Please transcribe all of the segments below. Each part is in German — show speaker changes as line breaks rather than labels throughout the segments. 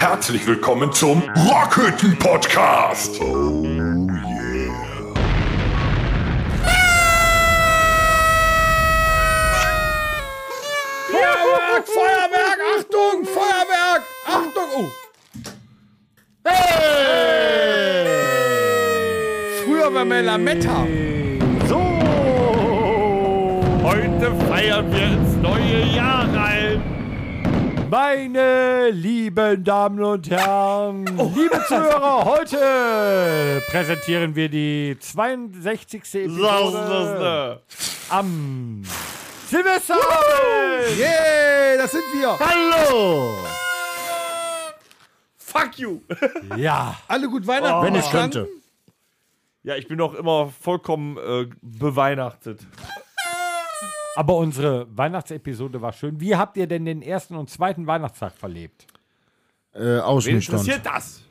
Herzlich willkommen zum Rockhütten Podcast. Oh
Feuerwerk, Feuerwerk, Achtung, Feuerwerk, Achtung. Oh. Hey! Früher war man Lametta.
So!
Oh.
Heute feiern wir ins neue Jahr rein.
Meine lieben Damen und Herren,
Oh.
liebe Zuhörer, heute präsentieren wir die 62. Episode
Lausende.
am Silvesterabend.
Yeah, das sind wir.
Hallo! Fuck you!
Ja,
Alle gut Weihnachten.
Oh. Wenn
es
Ja, ich bin noch immer vollkommen äh, beweihnachtet.
aber unsere Weihnachtsepisode war schön. Wie habt ihr denn den ersten und zweiten Weihnachtstag verlebt?
Äh,
Wen
Außenstand.
interessiert das?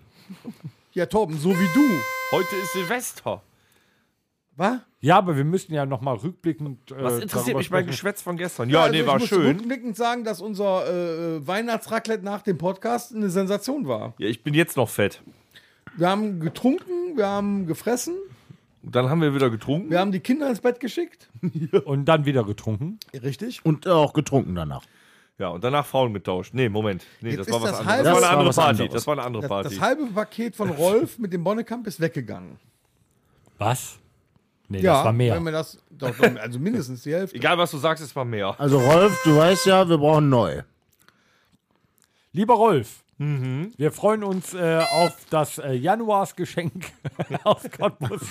Ja, Torben, so wie du.
Heute ist Silvester.
Was?
Ja, aber wir müssen ja nochmal rückblickend. äh,
Was interessiert
darüber
mich mein
sprechen.
Geschwätz von gestern? Ja, also nee,
Also ich
war
muss
schön.
Rückblickend sagen, dass unser äh, Weihnachtsraclette nach dem Podcast eine Sensation war.
Ja, ich bin jetzt noch fett.
Wir haben getrunken, wir haben gefressen,
Und dann haben wir wieder getrunken.
wir haben die Kinder ins Bett geschickt.
Und dann wieder getrunken.
Richtig.
Und auch getrunken danach.
Ja, und danach Frauen getauscht. Nee, Moment. Nee,
Jetzt
das war
ist
was
das
anderes.
halbe-
Das war
Das
eine
war
andere
was
Party.
anderes.
Das war eine andere
Das,
Party.
das halbe Paket von Rolf mit dem Bonnekamp ist weggegangen.
Was? Nee,
ja,
das war mehr.
Wenn wir das, doch, doch, also mindestens die Hälfte.
Egal, was du sagst, es war mehr.
Also Rolf, du weißt ja, wir brauchen neu.
Lieber Rolf,
Mhm.
wir freuen uns äh, auf das äh, Januarsgeschenk aus Cottbus.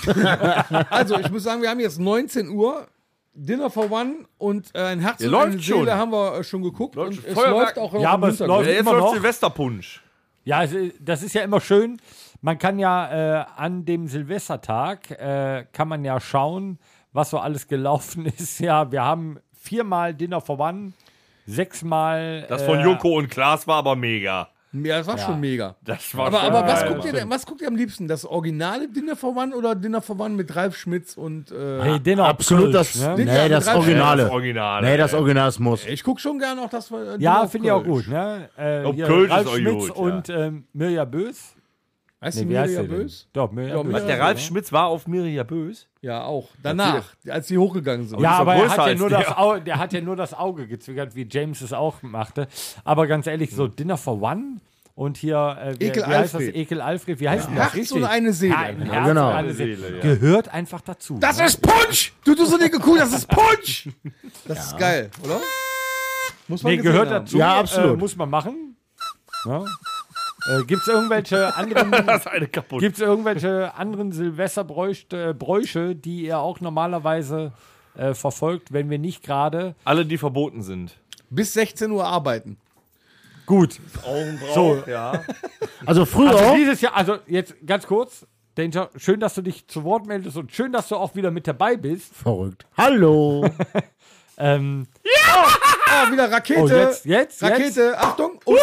Also, ich muss sagen, wir haben jetzt 19 Uhr. Dinner for One und äh, ein Herz
Ja,
und
läuft
eine Seele
schon.
haben wir äh, schon geguckt.
Läuft
und
schon.
es
Feuerwerk.
läuft auch
Ja,
im
aber es
Hintergrund.
läuft-
jetzt
immer
läuft
noch?
Silvesterpunsch.
ja, es, äh, das ist ja immer schön. Man kann ja äh, an dem Silvestertag, äh, kann man ja schauen, was so alles gelaufen ist. Ja, wir haben viermal Dinner for One, sechsmal...
Das
äh,
von Joko und Klaas war aber mega.
Ja, das war schon mega.
Das war
Aber,
schon
aber was,
geil.
guckt ihr, denn- was guckt ihr am liebsten? Das originale Dinner for One oder Dinner for One mit Ralf Schmitz und. Äh,
Hey, Dinner
Absolut
Kölsch,
das.
Ne?
Nee, das
Ja, das
Originale.
Das Original.
Nee, das Original ist muss.
Ich gucke schon gerne auch das. äh, Dinner
Ja,
auf
finde ich auch
Kölsch.
gut. Ne? Äh,
Ob
hier
Kölsch ist
Ralf
auch
Schmitz
gut, ja.
und ähm, Mirja Bös.
Weißt
Nee,
du,
wie heißt
Mirja
der denn?
Bös?
Doch, Mirja
Ja,
Bös.
Mirja
Der Ralf Schmitz war auf Mirja Bös.
Ja, auch. Danach, als die hochgegangen sind.
Ja,
ist doch
aber er
größer
hat ja,
als
nur
der.
Das Auge, der hat ja nur das Auge gezwinkert, wie James es auch machte. Aber ganz ehrlich,
Hm.
so Dinner for One und hier, äh, wie,
Ekel
wie heißt das?
Alfred.
Ekel Alfred, wie heißt denn das?
Herz und eine Seele.
Ja, ein Herz
genau.
und eine
Eine
Seele.
Seele, ja.
Gehört einfach dazu.
Das ist Punch! Du tust so dicke Kuh, das ist Punch! Das ist geil, oder? Muss
nee,
gesehen
gehört
haben.
dazu.
Ja, absolut.
Äh, muss man machen. Ja. Äh, Gibt es irgendwelche anderen,
Das ist eine kaputt.
gibt's irgendwelche anderen Silvesterbräuche, äh, Bräuche, die ihr auch normalerweise äh, verfolgt, wenn wir nicht gerade
Alle, die verboten sind.
Bis 16 Uhr arbeiten.
gut
So. Ja.
Also früher,
Also dieses Jahr, also jetzt ganz kurz, Danger, schön, dass du dich zu Wort meldest und schön, dass du auch wieder mit dabei bist.
verrückt. Hallo.
Ähm,
Ah, wieder Rakete.
oh, jetzt, jetzt,
Rakete,
jetzt.
Achtung. Oh,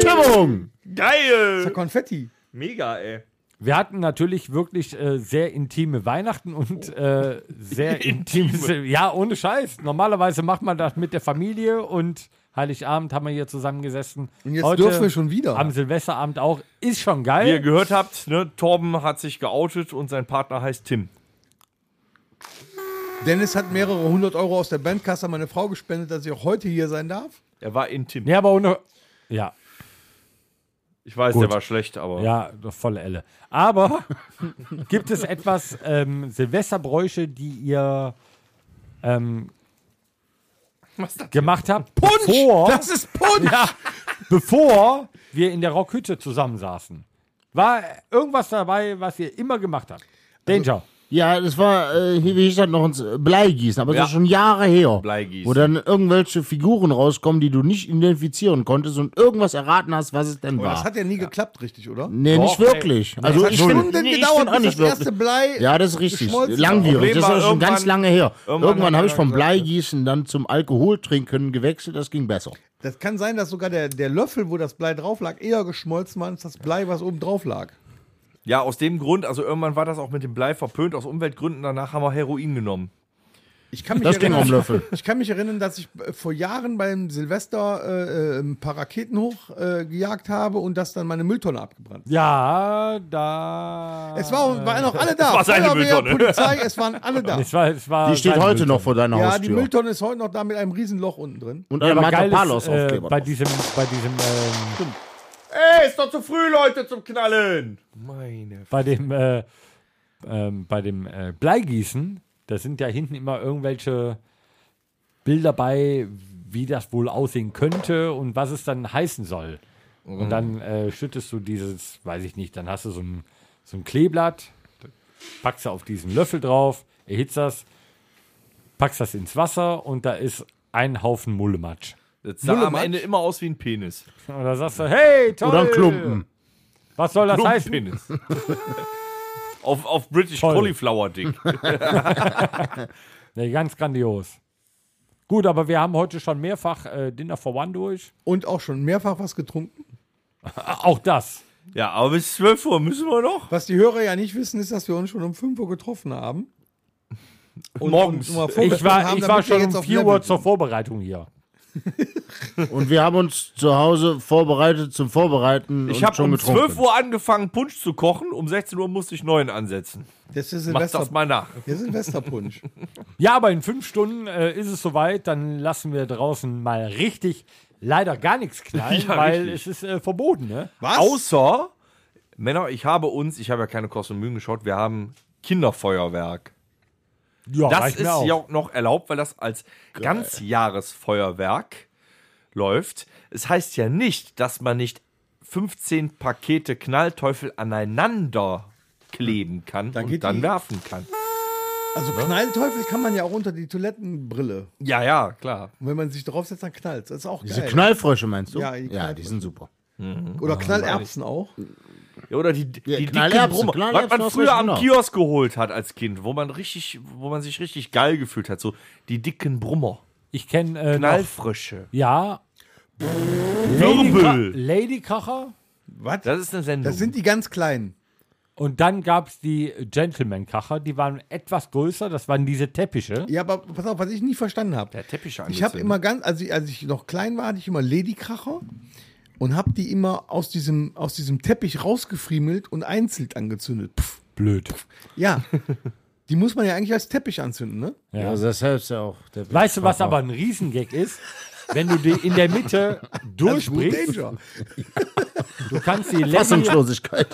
Stimmung.
Geil.
Konfetti.
Mega, ey.
Wir hatten natürlich wirklich äh, sehr intime Weihnachten und äh, sehr intime. Sil- Ja, ohne Scheiß. Normalerweise macht man das mit der Familie und Heiligabend haben wir hier zusammengesessen.
Und jetzt dürfen wir schon wieder.
Am Silvesterabend auch. Ist schon
Wie ihr
geil.
gehört habt, ne, Torben hat sich geoutet und sein Partner heißt Tim.
Dennis hat mehrere hundert Euro aus der Bandkasse an meine Frau gespendet, dass ich auch heute hier sein darf.
Er war in Tim.
Nee, aber ohne. Ja,
Ich weiß,
Gut.
der war schlecht, aber.
Ja, doch volle Elle. Aber gibt es etwas ähm, Silvesterbräuche, die ihr ähm, gemacht habt, bevor,
Das ist Punch!
bevor wir in der Rockhütte zusammensaßen? War irgendwas dabei, was ihr immer gemacht habt? Danger.
Ja, das war, äh, hier, wie hieß das noch, ins Bleigießen, aber
Ja.
das ist schon Jahre her.
Bleigießen.
Wo dann irgendwelche Figuren rauskommen, die du nicht identifizieren konntest und irgendwas erraten hast, was es denn
Aber Oh, das
war.
hat ja nie geklappt, richtig, oder?
Nee,
Doch,
nicht wirklich. Also
Hat
ich
Stunden
finde, nee, ich
gedauert,
finde auch
bis
nicht
das erste
wirklich.
Blei.
Ja, das ist richtig.
geschmolzen war.
Langwierig. Das
Problem
ist auch
war,
schon ganz
irgendwann-
lange her.
irgendwann
Irgendwann,
hat
habe
er
ich vom
gesagt,
Bleigießen dann zum Alkoholtrinken gewechselt. Das ging besser.
Das kann sein, dass sogar der, der Löffel, wo das Blei drauf lag, eher geschmolzen war als das Blei, was oben drauf lag.
Ja, aus dem Grund, also irgendwann war das auch mit dem Blei verpönt, aus Umweltgründen. Danach haben wir Heroin genommen.
Ich kann mich
Das ging
erinnern,
um Löffel.
Ich kann mich erinnern, dass ich äh, vor Jahren beim Silvester äh, äh, ein paar Raketen hochgejagt äh, gejagt habe und dass dann meine Mülltonne abgebrannt ist.
Ja, da.
Es war, waren auch alle da.
war seine Mülltonne.
Polizei, es waren alle da.
Es war, es war
Die steht
sein
heute
Müll.
noch vor deiner
Ja, die
Haustür.
Mülltonne ist heute noch da mit einem riesen Loch unten drin.
Und
Ja,
einem
aber geil
Matapalos
ist, äh,
aufkleber.
bei diesem, bei diesem, ähm,
Ey, ist doch zu früh, Leute, zum Knallen. Meine.
bei dem, äh, ähm, bei dem äh, Bleigießen, da sind ja hinten immer irgendwelche Bilder bei, wie das wohl aussehen könnte und was es dann heißen soll. Und
Mhm.
dann äh, schüttest du dieses, weiß ich nicht, dann hast du so ein, so ein Kleeblatt, packst du auf diesen Löffel drauf, erhitzt das, packst das ins Wasser und da ist ein Haufen Mullematsch.
Das sah am
Müllematsch?
Ende immer aus wie ein Penis.
Und da sagst du, hey, toll!
Oder ein Klumpen.
Was soll das
Nur ein
heißen?
Penis. auf, auf British
Toll.
Cauliflower Dick.
Nee, ganz grandios. Gut, aber wir haben heute schon mehrfach äh, Dinner for One durch.
Und auch schon mehrfach was getrunken.
Ah, Auch das.
Ja, aber bis 12 Uhr müssen wir noch.
Was die Hörer ja nicht wissen, ist, dass wir uns schon um 5 Uhr getroffen haben. Und, um-
Morgens.
und mal vorgestellt
Ich war,
haben,
ich
damit
war
wir
schon
jetzt
um
auf
4
Level
Uhr zur
sind.
Vorbereitung hier.
Und wir haben uns zu Hause vorbereitet zum Vorbereiten
Ich
und
habe
schon
um
getrunken.
12 Uhr angefangen, Punsch zu kochen. Um 16 Uhr musste ich neuen ansetzen.
Das ist
Mach das
Silvester,
mal nach.
der Silvesterpunsch.
Ja, aber in fünf Stunden äh, ist es soweit. Dann lassen wir draußen mal richtig leider gar nichts knallen,
Ja,
weil
richtig.
es ist äh, verboten. Ne?
Was?
Außer, Männer, ich habe uns, ich habe ja keine Kosten und Mühen geschaut, wir haben Kinderfeuerwerk.
Ja,
Das
reicht
ist
mir auch.
ja auch noch erlaubt, weil das als Ganzjahresfeuerwerk läuft. Es heißt ja nicht, dass man nicht 15 Pakete Knallteufel aneinander kleben kann
Dann
und
geht
dann
die-
werfen kann.
Also Knallteufel kann man ja auch unter die Toilettenbrille.
Ja, ja, klar.
Und wenn man sich draufsetzt, dann knallt Das ist auch
Diese
geil.
Knallfrösche meinst du?
Ja, die Knallfrösche.
die sind super.
Oder Knallerbsen auch.
Ja, oder die, die dicken
Knallerbsen,
Brummer, was
Knallerbsen
man
aus
früher am
Reichenau.
Kiosk geholt hat als Kind, wo man richtig, wo man sich richtig geil gefühlt hat. So die dicken Brummer,
Ich kenne äh, noch-
Knallfrische.
ja Lady, Ka
Wirbel.
Lady Kacher
Was?
Das ist eine Sendung.
Das sind die ganz kleinen.
und dann gab es die Gentleman Kacher. Die waren etwas größer. Das waren diese Teppiche.
Ja, aber pass auf, was ich nie verstanden habe.
der Teppiche
Ich habe
angezündet.
immer ganz, als ich, als ich noch klein war, hatte ich immer Ladykracher und habe die immer aus diesem, aus diesem Teppich rausgefriemelt und einzeln angezündet. Pff,
Blöd.
ja. die muss man ja eigentlich als Teppich anzünden, ne?
Ja, also das hilft ja auch. Der
Weißt du, was aber ein Riesengag ist? Wenn du die in der Mitte durchbrichst,
Danger.
du kannst die Lady,
Fassungslosigkeit.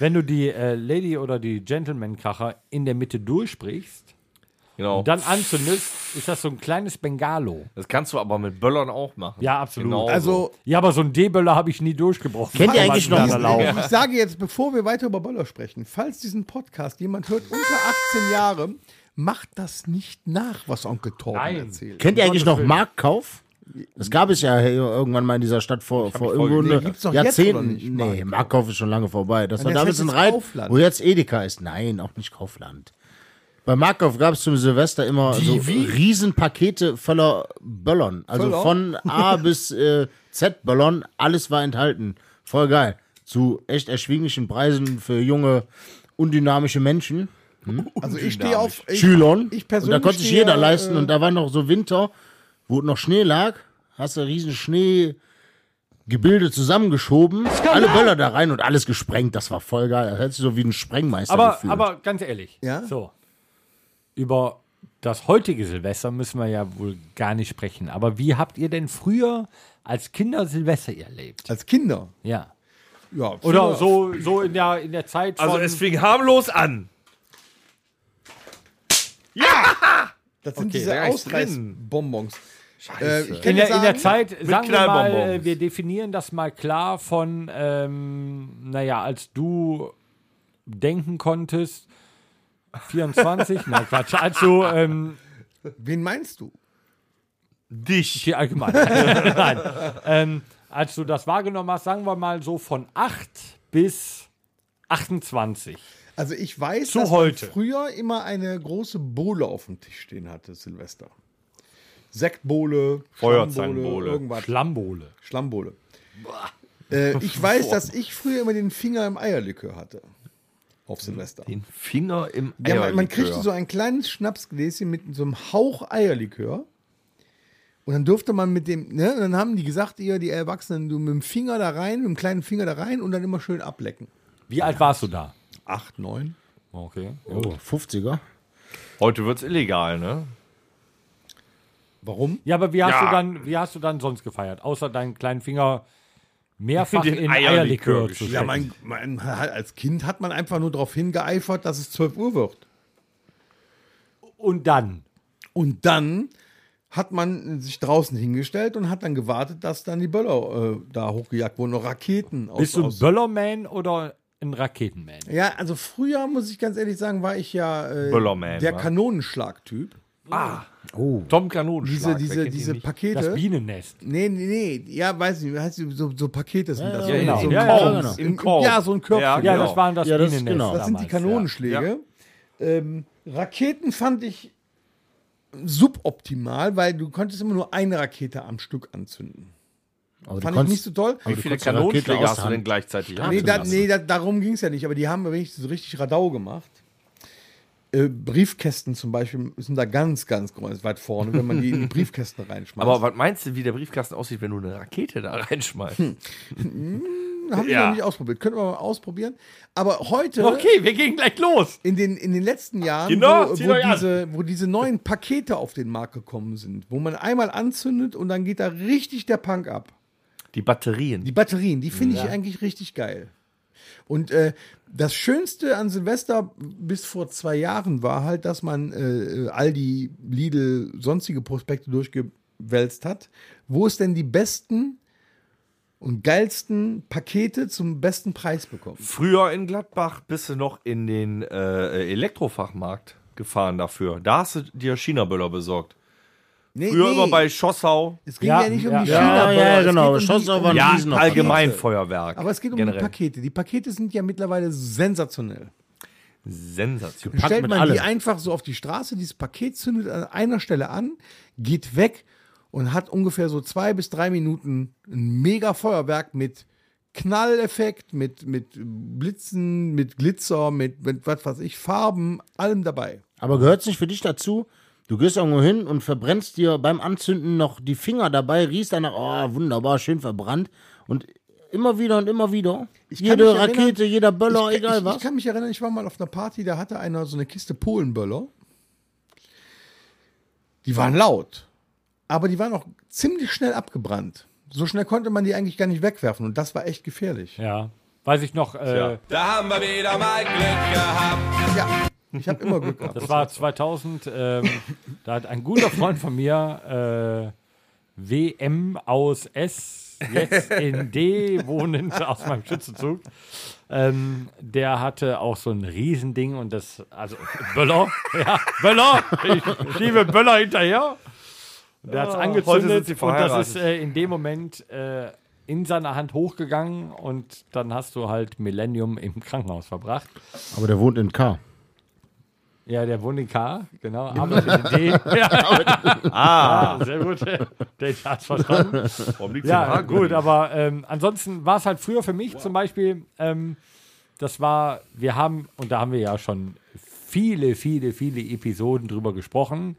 wenn du die äh, Lady oder die Gentleman-Kracher in der Mitte durchbrichst
genau.
und dann anzündest, ist das so ein kleines Bengalo.
Das kannst du aber mit Böllern auch machen.
Ja, absolut.
Genau
Also,
Ja, aber so ein D-Böller habe ich nie durchgebrochen.
Kennt ihr
Aber
eigentlich
was
noch-
da erlaubt?
Ich sage jetzt, bevor wir weiter über Böller sprechen, falls diesen Podcast jemand hört unter 18 Jahre, macht das nicht nach, was Onkel Torben
Nein.
erzählt.
Kennt ihr eigentlich noch Marktkauf? Das gab es ja hier irgendwann mal in dieser Stadt vor, vor irgendwo
voll-
eine
Nee, gibt's doch jetzt, oder
Jahrzehnten.
nicht?
nee, Marktkauf ist schon lange vorbei. Das war
das
damals
heißt
ein
jetzt
Reit,
Kaufland.
wo jetzt Edeka ist. Nein, auch nicht Kaufland. Bei Marktkauf gab es zum Silvester immer so Riesenpakete voller Böllern. Also
Böller?
von A bis äh, Z Böllern. Alles war enthalten. Voll geil. Zu echt erschwinglichen Preisen für junge, undynamische Menschen.
Also ich stehe auf. Ich,
Schülern.
Ich persönlich
und da konnte sich
stehe,
jeder leisten.
äh,
und da war noch so Winter, wo noch Schnee lag. Hast du riesen Schneegebilde zusammengeschoben, alle Böller da rein und alles gesprengt. Das war voll geil. Das hättest du so wie ein Sprengmeister
Aber,
gefühlt.
aber ganz ehrlich,
Ja?
so. über das heutige Silvester müssen wir ja wohl gar nicht sprechen. Aber wie habt ihr denn früher als Kinder Silvester erlebt?
Als Kinder.
Ja.
Ja,
Oder
früher.
so, so in, der, in der Zeit von...
Also es fing harmlos an.
Das sind
da
diese
ist drin.
Ausreißbonbons. Äh, ich kann
in,
dir
der, in der
sagen,
Zeit, sagen wir mal,
Knallbonbons.
äh, wir definieren das mal klar von, ähm, naja, als du denken konntest, 24, nein Quatsch, als du ähm,
Wen meinst du?
Dich.
die Allgemeinheit, nein, ähm, als du das wahrgenommen hast, sagen wir mal so von 8 bis 28.
Also ich weiß,
Zu
dass
heute.
man früher immer eine große Bohle auf dem Tisch stehen hatte, Silvester. Sektbohle,
Feuerzangenbowle.
Schlammbohle, irgendwas.
Schlammbohle.
Schlammbohle. Äh, ich weiß, dass ich früher immer den Finger im Eierlikör hatte. auf Silvester.
Den Finger im
Ja,
Eierlikör.
man, man kriegt so ein kleines Schnapsgläschen mit so einem Hauch Eierlikör. Und dann durfte man mit dem, ne, und dann haben die gesagt, ihr, die Erwachsenen, du mit dem Finger da rein, mit dem kleinen Finger da rein und dann immer schön ablecken.
Wie alt warst du da?
Acht, neun.
Okay.
Oh, 50er?
Heute wird's illegal, ne?
Warum?
Ja, aber wie hast,
Ja.
Du dann, wie hast du dann sonst gefeiert? Außer deinen kleinen Finger mehrfach
Den
in
Eierlikör
Eierlikör, zu
geschüttet.
stecken.
Ja, mein, mein, als Kind hat man einfach nur darauf hingeeifert, dass es 12 Uhr wird.
Und dann?
Und dann hat man sich draußen hingestellt und hat dann gewartet, dass dann die Böller äh, da hochgejagt wurden, noch Raketen aus,
Bist du ein
aus
Böllerman oder ein Raketenman?
Ja, also früher, muss ich ganz ehrlich sagen, war ich ja äh,
Böllerman,
der
wa?
Kanonenschlag-Typ.
Tom Kanonenschlag.
Diese,
wer
diese,
kennt ihn
diese
nicht?
Das
Pakete.
Bienennest.
Nee, nee, nee. Ja, weiß nicht, wie heißt die? so, so Pakete sind das.
ja,
so,
genau.
so ein
Ja,
Korb.
ja, genau.
Im-
Im Korb.
Ja, so ein Körbchen.
Ja,
Ja,
Genau.
das waren das
Ja, das-
Bienennest.
genau.
Das sind die
damals, ja.
Kanonenschläge. Ähm, Raketen fand ich suboptimal, weil du konntest immer nur eine Rakete am Stück anzünden.
Aber
Fand
du
ich nicht so toll.
Wie
du
viele
kannst eine Rakete
Kanonenschläge hast du
aushandeln.
denn gleichzeitig?
Nee, da,
lassen.
nee da, darum ging es ja nicht, aber die haben wenigstens so richtig Radau gemacht. Äh, Briefkästen zum Beispiel sind da ganz, ganz groß, weit vorne, wenn man die in die Briefkästen reinschmeißt.
Aber was meinst du, wie der Briefkasten aussieht, wenn du eine Rakete da reinschmeißt?
Hm. habe ich
ja.
noch nicht ausprobiert. Können wir mal ausprobieren. Aber heute,
Okay, wir gehen gleich los.
in, den, in den letzten Jahren,
Genau,
wo,
zieh
wo,
euch an.
diese, wo diese neuen Pakete auf den Markt gekommen sind, wo man einmal anzündet und dann geht da richtig der Punk ab.
Die Batterien.
Die Batterien, die finde ich eigentlich richtig geil. Und äh, das Schönste an Silvester bis vor zwei Jahren war halt, dass man äh, Aldi, Lidl, sonstige Prospekte durchgewälzt hat, wo es denn die besten und geilsten Pakete zum besten Preis bekommt.
Früher in Gladbach bist du noch in den äh, Elektrofachmarkt gefahren dafür. Da hast du dir China-Böller besorgt.
Nee,
Früher
nee,
immer bei Schossau.
es ging ja,
Ja,
nicht um
ja.
die
Ja,
China,
ja, genau.
es geht um
Schoss
die,
aber
um
ein
die-
Ja,
Ja,
Riesenopfer.
Allgemeinfeuerwerk.
Aber es geht um die Pakete. Die Pakete sind ja mittlerweile sensationell.
Sensation.
Packt
stellt
mit
man die
allem.
einfach so auf die Straße, dieses Paket zündet an einer Stelle an, geht weg und hat ungefähr so zwei bis drei Minuten ein mega Feuerwerk mit Knalleffekt, mit, mit Blitzen, mit Glitzer, mit, mit was weiß ich, Farben, allem dabei.
Aber gehört es nicht für dich dazu? Du gehst irgendwo hin und verbrennst dir beim Anzünden noch die Finger dabei, riechst danach, oh, wunderbar, schön verbrannt. Und immer wieder und immer wieder.
kann
Jede
mich erinnern,
Rakete, jeder Böller,
ich,
egal
ich,
was.
Ich kann mich erinnern, ich war mal auf einer Party, da hatte einer so eine Kiste Polenböller. Die waren laut, aber die waren auch ziemlich schnell abgebrannt. So schnell konnte man die eigentlich gar nicht wegwerfen und das war echt gefährlich.
Ja. Weiß ich noch, äh,
Da haben wir wieder mal Glück gehabt.
Ja, ich habe immer Glück gehabt.
das war 2000, ähm, da hat ein guter Freund von mir äh, WM aus S, jetzt in D, wohnend aus meinem Schützenzug, ähm, der hatte auch so ein Riesending und das, also Böller, ja, Böller, ich schiebe Böller hinterher. Und Der hat es
Ah. heute sind
angezündet
sie
und das
verheiratet.
ist äh, in dem Moment äh, in seiner Hand hochgegangen und dann hast du halt Millennium im Krankenhaus verbracht.
Aber der wohnt in K.
Ja, der wohnt in K, genau. Arbeitet in D. ja,
Ah,
sehr gut. Der hat's verstanden.
warum liegt
Ja, gut, aber ähm, ansonsten war es halt früher für mich zum Beispiel, ähm, das war, wir haben, und da haben wir ja schon viele, viele, viele Episoden drüber gesprochen,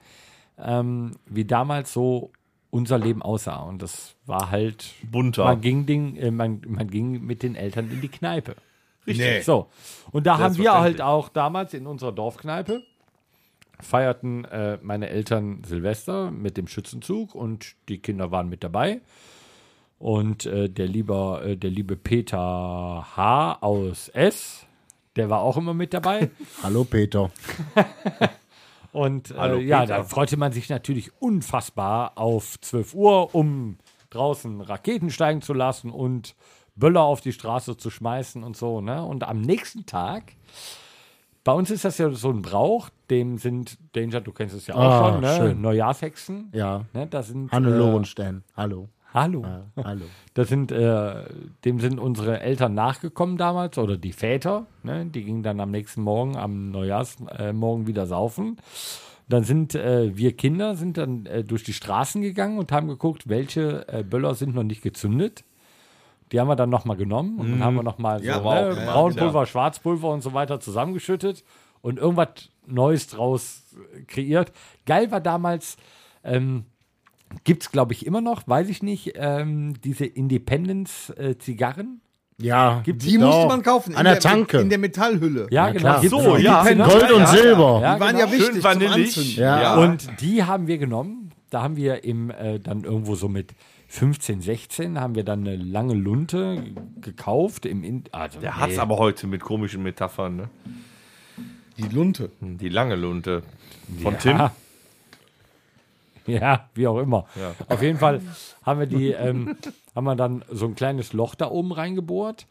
ähm, wie damals so unser Leben aussah. Und das war halt,
Bunter.
man ging, Ding, äh, man, man ging mit den Eltern in die Kneipe.
Nee.
So. Und da haben wir
Selbstverständlich.
halt auch damals in unserer Dorfkneipe feierten äh, meine Eltern Silvester mit dem Schützenzug und die Kinder waren mit dabei. Und äh, der, lieber, äh, der liebe Peter H. aus S., der war auch immer mit dabei.
Hallo Peter.
Und äh,
Hallo,
ja,
Peter.
da freute man sich natürlich unfassbar auf 12 Uhr, um draußen Raketen steigen zu lassen und Böller auf die Straße zu schmeißen und so. Ne? Und am nächsten Tag, bei uns ist das ja so ein Brauch, dem sind, Danger, du kennst es ja auch
Ah,
schon, ne?
schön.
Neujahrshexen.
Ja.
Ne? Da sind,
Hanne
äh,
Lorenstein. Hallo.
Hallo.
Hallo.
Das sind, äh, dem sind unsere Eltern nachgekommen damals oder die Väter. Ne? Die gingen dann am nächsten Morgen, am Neujahrsmorgen äh, Morgen wieder saufen. Dann sind äh, wir Kinder sind dann äh, durch die Straßen gegangen und haben geguckt, welche äh, Böller sind noch nicht gezündet. Die haben wir dann nochmal genommen und dann haben wir nochmal so,
Mhm. Ja, war
ne,
auch genau. immer,
Braunpulver, Schwarzpulver und so weiter zusammengeschüttet und irgendwas Neues draus kreiert. Geil war damals, ähm, gibt es glaube ich immer noch, weiß ich nicht, ähm, diese äh, Independence-Zigarren.
Ja.
Die musste man kaufen. in
An der,
Me-
Tanke.
In der Metallhülle.
ja, genau.
klar.
gibt's
So,
noch.
ja.
Gibt's noch?
Gold und
Ja,
Silber.
Ja,
Die waren
genau.
ja wichtig
Schön
zum
vanillig.
Anzünden.
Ja.
Und die haben wir genommen. Da haben wir im, äh, dann irgendwo so mit 15, 16 haben wir dann eine lange Lunte gekauft. Im In also,
Der hat's aber heute mit komischen Metaphern, ne?
Die Lunte.
Die lange Lunte von Tim.
Ja. Ja, wie auch immer. Auf jeden Fall haben wir die, ähm, haben wir dann so ein kleines Loch da oben reingebohrt.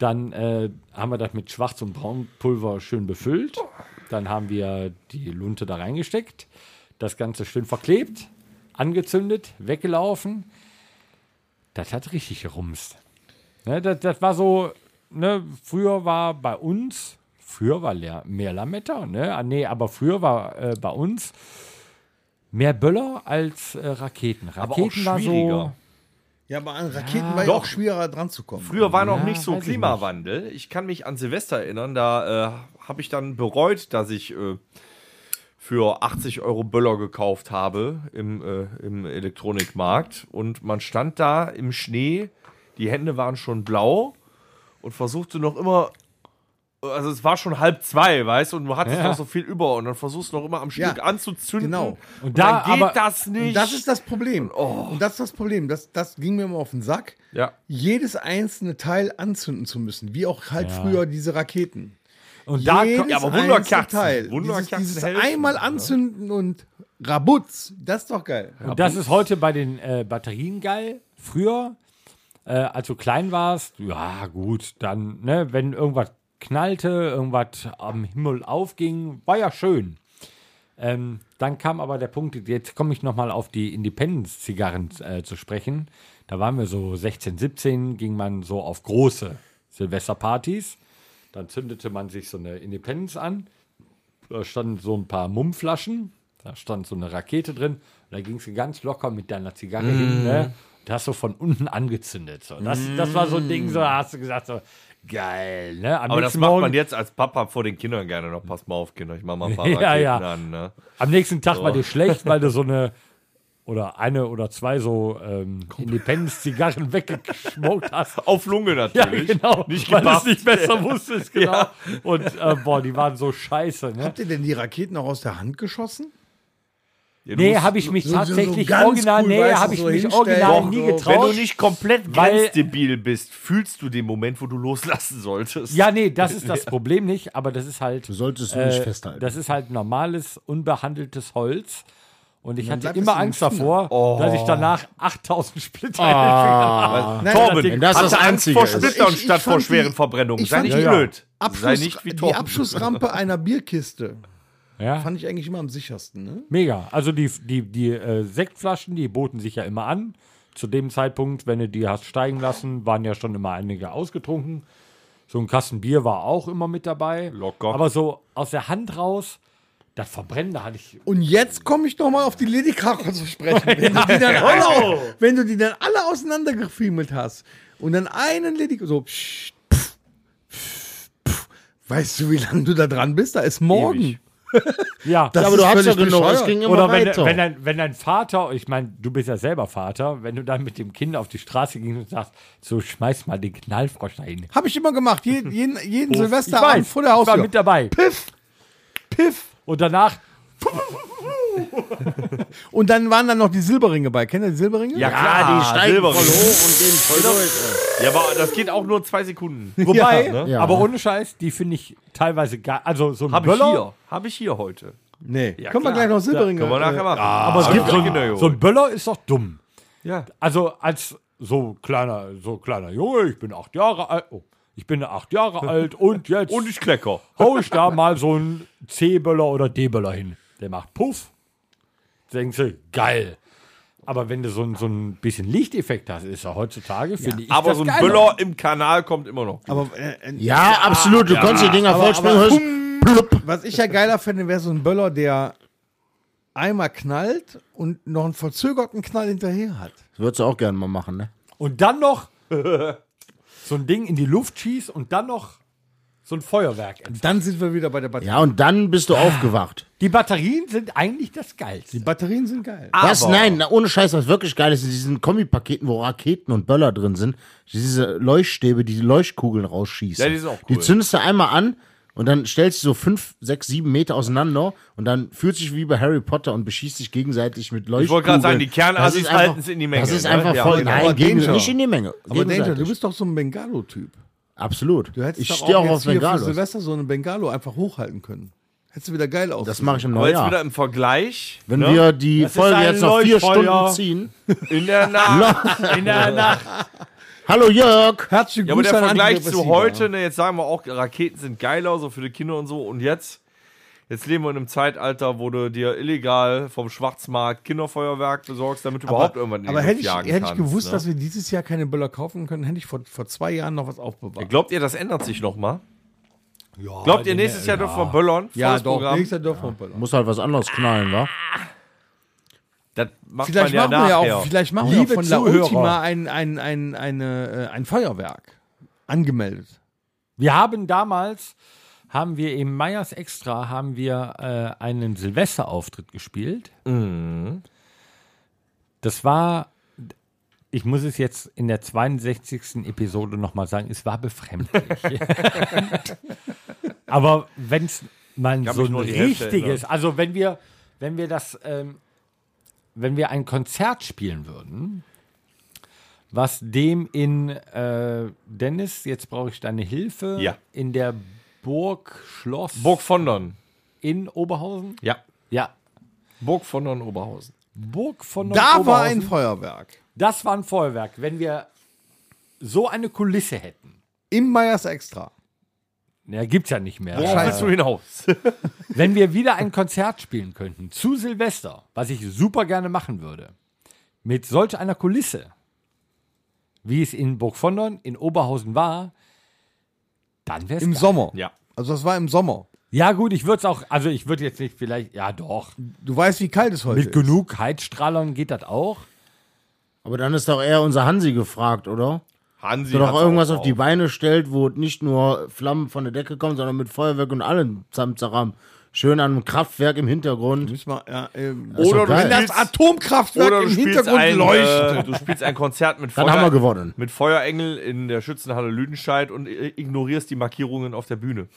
Dann äh, haben wir das mit Schwarz- und Braunpulver schön befüllt. Dann haben wir die Lunte da reingesteckt. Das Ganze schön verklebt, angezündet, weggelaufen. Das hat richtig rumst. Ne, das, das war so, ne, früher war bei uns, früher war leer, mehr Lametta, ne? Ah, nee, aber früher war äh, bei uns mehr Böller als äh, Raketen.
Aber
Raketen
auch
war
schwieriger.
Ja, aber an Raketen war ja
Doch.
auch schwieriger dran zu kommen.
Früher war noch
Ja,
nicht so
weiß ich
Klimawandel. Ich kann mich an Silvester erinnern, da äh, habe ich dann bereut, dass ich äh, für 80 Euro Böller gekauft habe im, äh, im Elektronikmarkt. Und man stand da im Schnee, die Hände waren schon blau und versuchte noch immer. Also es war schon halb zwei, weißt du, und du hattest
Ja.
noch so viel über und dann versuchst du noch immer am Stück
Ja,
anzuzünden.
genau.
Und,
da
dann geht
aber-
das nicht.
Das ist das Problem. Und das ist das Problem. Das, das ging mir immer auf den Sack.
Ja.
Jedes einzelne Teil anzünden zu müssen. Wie auch halt früher diese Raketen.
Und da
Jedes
kommt,
ja, aber
einzelne
Wunderkerzen.
Teil.
Wunderkerzen
dieses, dieses
helfen.
einmal anzünden und Rabutz. Das ist doch geil.
Und das ist heute bei den äh, Batterien geil. Früher, äh, als du klein warst, ja gut, dann, ne, wenn irgendwas knallte, irgendwas am Himmel aufging, war ja schön. Ähm, dann kam aber der Punkt, jetzt komme ich nochmal auf die Independence-Zigarren äh, zu sprechen. Da waren wir so 16, 17, ging man so auf große Silvesterpartys. Dann zündete man sich so eine Independence an. Da standen so ein paar Mummflaschen. Da stand so eine Rakete drin. Und da gingst du ganz locker mit deiner Zigarre hin.
Mm.
Ne? Und hast so von unten angezündet. So. Das, das war so ein Ding, so da hast du gesagt, so geil. Ne? Am
aber das
nächsten
macht
Morgen-
man jetzt als Papa vor den Kindern gerne noch. Pass mal auf, Kinder, ich mach mal ein paar
Ja,
Raketen
ja.
an. Ne?
Am nächsten Tag war dir schlecht, weil du so eine oder eine oder zwei so ähm, Independence-Zigarren weggeschmockt hast.
Auf Lunge natürlich.
Nicht
Nicht
genau. weil du es
gepafft.
nicht besser wusstest, genau. Und äh, boah, die waren so scheiße, ne?
Habt ihr denn die Raketen auch aus der Hand geschossen?
Ja, du
Nee,
musst-
habe ich mich
so- so- so
tatsächlich
ganz
original,
cool,
nee,
weißt du,
habe ich
so
mich
hinstellen.
original
Doch,
nie
so,
getraut.
Wenn du nicht komplett
weil-
grenzdebil bist, fühlst du den Moment, wo du loslassen solltest.
Ja, nee, das ist das Problem nicht, aber das ist halt. Du
solltest es nicht festhalten.
Das ist halt normales, unbehandeltes Holz. Und ich hatte
bleibt
immer
das in den
Angst davor,
Oh.
dass ich danach 8000 Splitter in den
Ah.
Finger habe.
Nein,
Torben,
Wenn das
hatte
das
Angst
Einzige
vor
ist.
Splittern
Also ich- ich
statt vor
fand die-
schweren Verbrennungen.
ich
Sei
fand
nicht
die-
blöd. Sei
Abschuss,
nicht wie
die
Torben.
Abschussrampe einer Bierkiste
Ja,
fand ich eigentlich immer am sichersten. Ne?
mega. Also die, die, die äh, Sektflaschen, die boten sich ja immer an. Zu dem Zeitpunkt, wenn du die hast steigen lassen, waren ja schon immer einige ausgetrunken. So ein Kasten Bier war auch immer mit dabei.
Locker.
Aber so aus der Hand raus, das Verbrennen, da hatte ich
Und jetzt komme ich nochmal auf die Ladykracher zu sprechen. Wenn du, die dann alle, wenn du die dann alle auseinandergefiemelt hast und dann einen Ladykracher so psch, pf, pf, pf. weißt du, wie lange du da dran bist? Da ist morgen.
Ewig.
Ja,
Das
aber du
ist
hast ja
völlig
genug, es
bescheuert.
ging immer
oder wenn,
weiter.
wenn, dein, wenn dein Vater, ich meine, du bist ja selber Vater, wenn du dann mit dem Kind auf die Straße gingst und sagst, so schmeiß mal den Knallfrosch dahin.
Habe ich immer gemacht. Jeden, jeden, jeden
ich
Silvesterabend
weiß,
vor der
ich war
Haustür.
mit dabei.
Piff, piff.
Und danach,
Und dann waren dann noch die Silberringe bei. Kennt ihr die Silberringe?
Ja,
Ja,
klar,
die steigen
Silber.
voll hoch und gehen voll durch.
Ja, aber das geht auch nur zwei Sekunden.
wobei,
ne?
Ja.
aber ohne Scheiß, die finde ich teilweise geil. Also so ein
Habe ich
Böller,
hier. Habe ich hier heute.
Nee.
Ja,
Können wir
klar.
gleich noch Silberringe.
Können wir nachher machen.
Ah, aber so,
gibt
so,
auch-
ein, so ein Böller ist doch dumm.
ja.
Also als so kleiner, so kleiner Junge, ich bin acht Jahre alt, oh, ich bin acht Jahre alt und jetzt
Und ich klecker.
hau ich da mal so einen C-Böller oder D-Böller hin. Der macht Puff. Denkst du, geil. Aber wenn du so ein, so ein bisschen Lichteffekt hast, ist er heutzutage, finde ich.
Aber
das
so ein
geiler.
Böller im Kanal kommt immer noch.
Aber äh, äh,
Ja, absolut. Du konntest die Dinger vollspringen. hörst- plupp.
was ich ja geiler fände, wäre so ein Böller, der einmal knallt und noch einen verzögerten Knall hinterher hat.
Würdest du auch gerne mal machen, ne?
Und dann noch so ein Ding in die Luft schießt und dann noch so ein Feuerwerk. entfacht.
Dann sind wir wieder bei der Batterie.
Ja, und dann bist du aufgewacht.
Die Batterien sind eigentlich das Geilste.
Die Batterien sind geil.
Ah,
Was? Nein, na, ohne Scheiß, was wirklich geil ist, in diesen Kombipaketen, wo Raketen und Böller drin sind, diese Leuchtstäbe, die die Leuchtkugeln rausschießen.
Ja, die sind auch
Die
cool.
zündest du einmal an und dann stellst du so fünf, sechs, sieben Meter auseinander und dann fühlt sich wie bei Harry Potter und beschießt sich gegenseitig mit Leuchtkugeln.
wollte gerade sagen, die Kernassis
Das ist einfach-
halten's in die Menge,
Das ist
ne?
einfach
Ja,
voll.
aber
Nein,
aber
gegen,
Danger.
nicht in die Menge.
Aber Danger, du
Gegenseitig.
bist doch so ein Bengalo-Typ.
Absolut.
Du hättest
Ich
doch
stehe auch
jetzt
auf
hier für
Bengalos.
Silvester so einen Bengalo einfach hochhalten können. Hättest du wieder geil aus.
Das mache ich im
Aber jetzt
Neujahr.
wieder im Vergleich.
Wenn
ne?
wir die
Das ist
Folge
ein
jetzt noch vier
Leuchtfeuer.
Stunden ziehen.
in der Nacht.
In der Nacht.
Hallo Jörg!
Herzlichen
ja, aber
Glückwunsch.
der
an
Vergleich zu
Antidepressiva.
heute, ne, jetzt sagen wir auch, Raketen sind geiler, so für die Kinder und so. Und jetzt, jetzt leben wir in einem Zeitalter, wo du dir illegal vom Schwarzmarkt Kinderfeuerwerk besorgst, damit du überhaupt irgendwann in die
Aber
Luft
hätte ich,
jagen
hätte ich
kannst,
gewusst,
ne?
dass wir dieses Jahr keine Böller kaufen können, hätte ich vor, vor zwei Jahren noch was aufbewahrt.
Glaubt ihr, das ändert sich nochmal? Ja, Glaubt ihr, nächstes Jahr dürfen wir Böllern? Volles Programm?
Nächstes Jahr dürfen wir Böller.
Muss halt was anderes knallen, wa?
Das macht
Vielleicht
man ja
machen wir ja
nachher.
auch, vielleicht machen wir
Liebe
auch von La
Zuhörer.
Ultima ein, ein, ein, eine, äh, ein Feuerwerk. Angemeldet.
Wir haben damals, haben wir im Meyers Extra, haben wir äh, einen Silvesterauftritt gespielt. Das war, ich muss es jetzt in der 62. Episode nochmal sagen, es war befremdlich. Aber wenn es mal
kann
so
mich
ein
nur an die Hälfte
richtiges, also wenn wir, wenn wir das, ähm, wenn wir ein Konzert spielen würden, was dem in äh, Dennis, jetzt brauche ich deine Hilfe,
Ja.
in der Burg Schloss
Burg Vondern.
in Oberhausen?
Ja.
Ja.
Burg Vondern, Oberhausen.
Burg von
Da war
Oberhausen.
ein Feuerwerk.
Das war ein Feuerwerk. Wenn wir so eine Kulisse hätten,
Im Meyers Extra.
ja, gibt's ja nicht mehr.
Worauf willst du hinaus?
Wenn wir wieder ein Konzert spielen könnten zu Silvester, was ich super gerne machen würde, mit solch einer Kulisse, wie es in Burg Vondern in Oberhausen war, dann wäre es
Im Sommer.
Ja.
Also das war im Sommer.
Ja gut, ich würde es auch, also ich würde jetzt nicht vielleicht, ja doch,
Du weißt, wie kalt es heute
mit
ist.
genug Heizstrahlern geht das auch.
Aber dann ist doch eher unser Hansi gefragt, oder?
Hansi
Der doch
hat's
irgendwas
auch
auf die Beine stellt, wo nicht nur Flammen von der Decke kommen, sondern mit Feuerwerk und allem Zamzaram. Schön an einem Kraftwerk im Hintergrund.
Müssen wir, ja, ähm,
ist
Oder
doch
du
geil.
wenn das
spielst,
Atomkraftwerk
oder du
im
spielst,
Hintergrund
ein,
leuchtet.
äh, du spielst ein Konzert mit,
Dann haben wir gewonnen.
mit Feuerengel in der Schützenhalle Lüdenscheid und i- ignorierst die Markierungen auf der Bühne.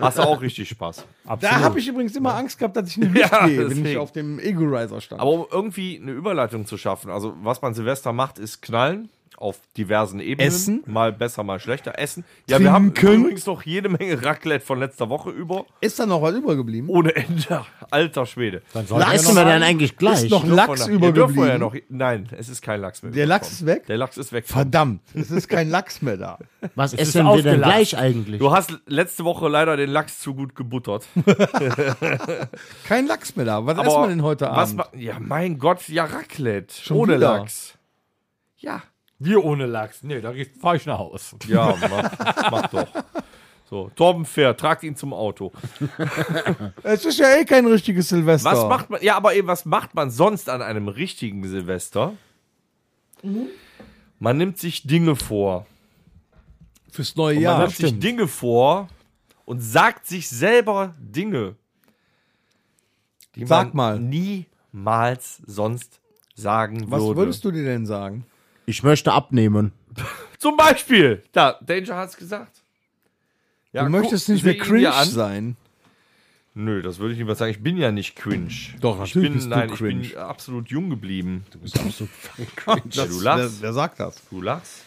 Hast du auch richtig Spaß.
Da habe ich übrigens immer Angst gehabt, dass ich in den Licht
Ja,
gehe, wenn ich
deswegen.
auf dem Ego-Riser stand.
Aber um irgendwie eine Überleitung zu schaffen, also was man Silvester macht, ist knallen auf diversen Ebenen.
Essen.
Mal besser, mal schlechter. Essen. Ja, wir haben
Trinken.
übrigens noch jede Menge Raclette von letzter Woche über.
ist da noch was übergeblieben?
Ohne Ende. Alter Schwede.
Dann
Was
sollte
essen wir dann eigentlich gleich?
ist noch Lachs
Von da- Hier dürfen
übergeblieben.
wir ja noch. Nein, es ist kein Lachs mehr.
Der Lachs ist
übergekommen.
weg?
Der Lachs ist weg.
Verdammt, es ist kein Lachs mehr da.
Was
ist
essen wir denn
aufgeladen.
gleich eigentlich?
Du hast letzte Woche leider den Lachs zu gut gebuttert.
Kein Lachs mehr da. Was essen wir denn heute
was
Abend?
ma- ja, mein Gott, ja, Raclette.
Schon
ohne
wieder?
Lachs. Ja.
wir ohne Lachs. Nee, da fahre ich nach Hause.
Ja, mach, mach doch. So, Torben fährt, tragt ihn zum Auto.
es ist ja eh kein richtiges Silvester.
Was macht man, ja, aber eben, was macht man sonst an einem richtigen Silvester?
Mhm.
Man nimmt sich Dinge vor.
fürs neue
Man
Jahr?
nimmt sich Dinge vor und sagt sich selber Dinge, die
Sag mal.
man niemals sonst sagen
Was
würde.
würdest du dir denn sagen?
Ich möchte abnehmen.
Zum Beispiel, da, Danger hat's gesagt. Ja,
Du
guck,
möchtest nicht mehr
seh ihn dir
cringe
an.
sein.
Nö, das würde ich niemals sagen. Ich bin ja nicht cringe.
Doch,
ich
natürlich
bin,
bist du
nein,
cringe.
Ich bin absolut jung geblieben. Du bist absolut cringe. Ja, du
Wer,
lachst.
wer sagt das?
Du lachst.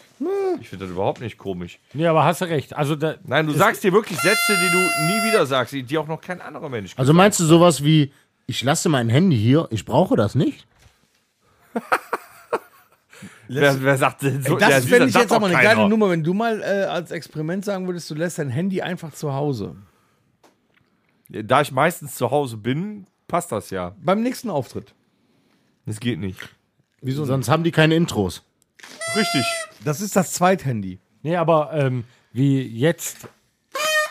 Ich finde das überhaupt nicht komisch.
Nee, aber hast du recht. Also da,
Nein, du sagst dir wirklich Sätze, die du nie wieder sagst, die- die auch noch kein anderer Mensch
Also meinst du sowas wie, ich lasse mein Handy hier, ich brauche das nicht?
Wer, wer sagt denn so?
Das
siehst du,
fände ich
sagt
jetzt
doch
aber eine
keiner.
geile Nummer, wenn du mal äh, als Experiment sagen würdest, du lässt dein Handy einfach zu Hause.
Da ich meistens zu Hause bin, passt das ja.
Beim nächsten Auftritt.
Das geht nicht.
Wieso? Sonst haben die keine Intros.
Richtig.
Das ist das Zweithandy.
nee, aber ähm, wie jetzt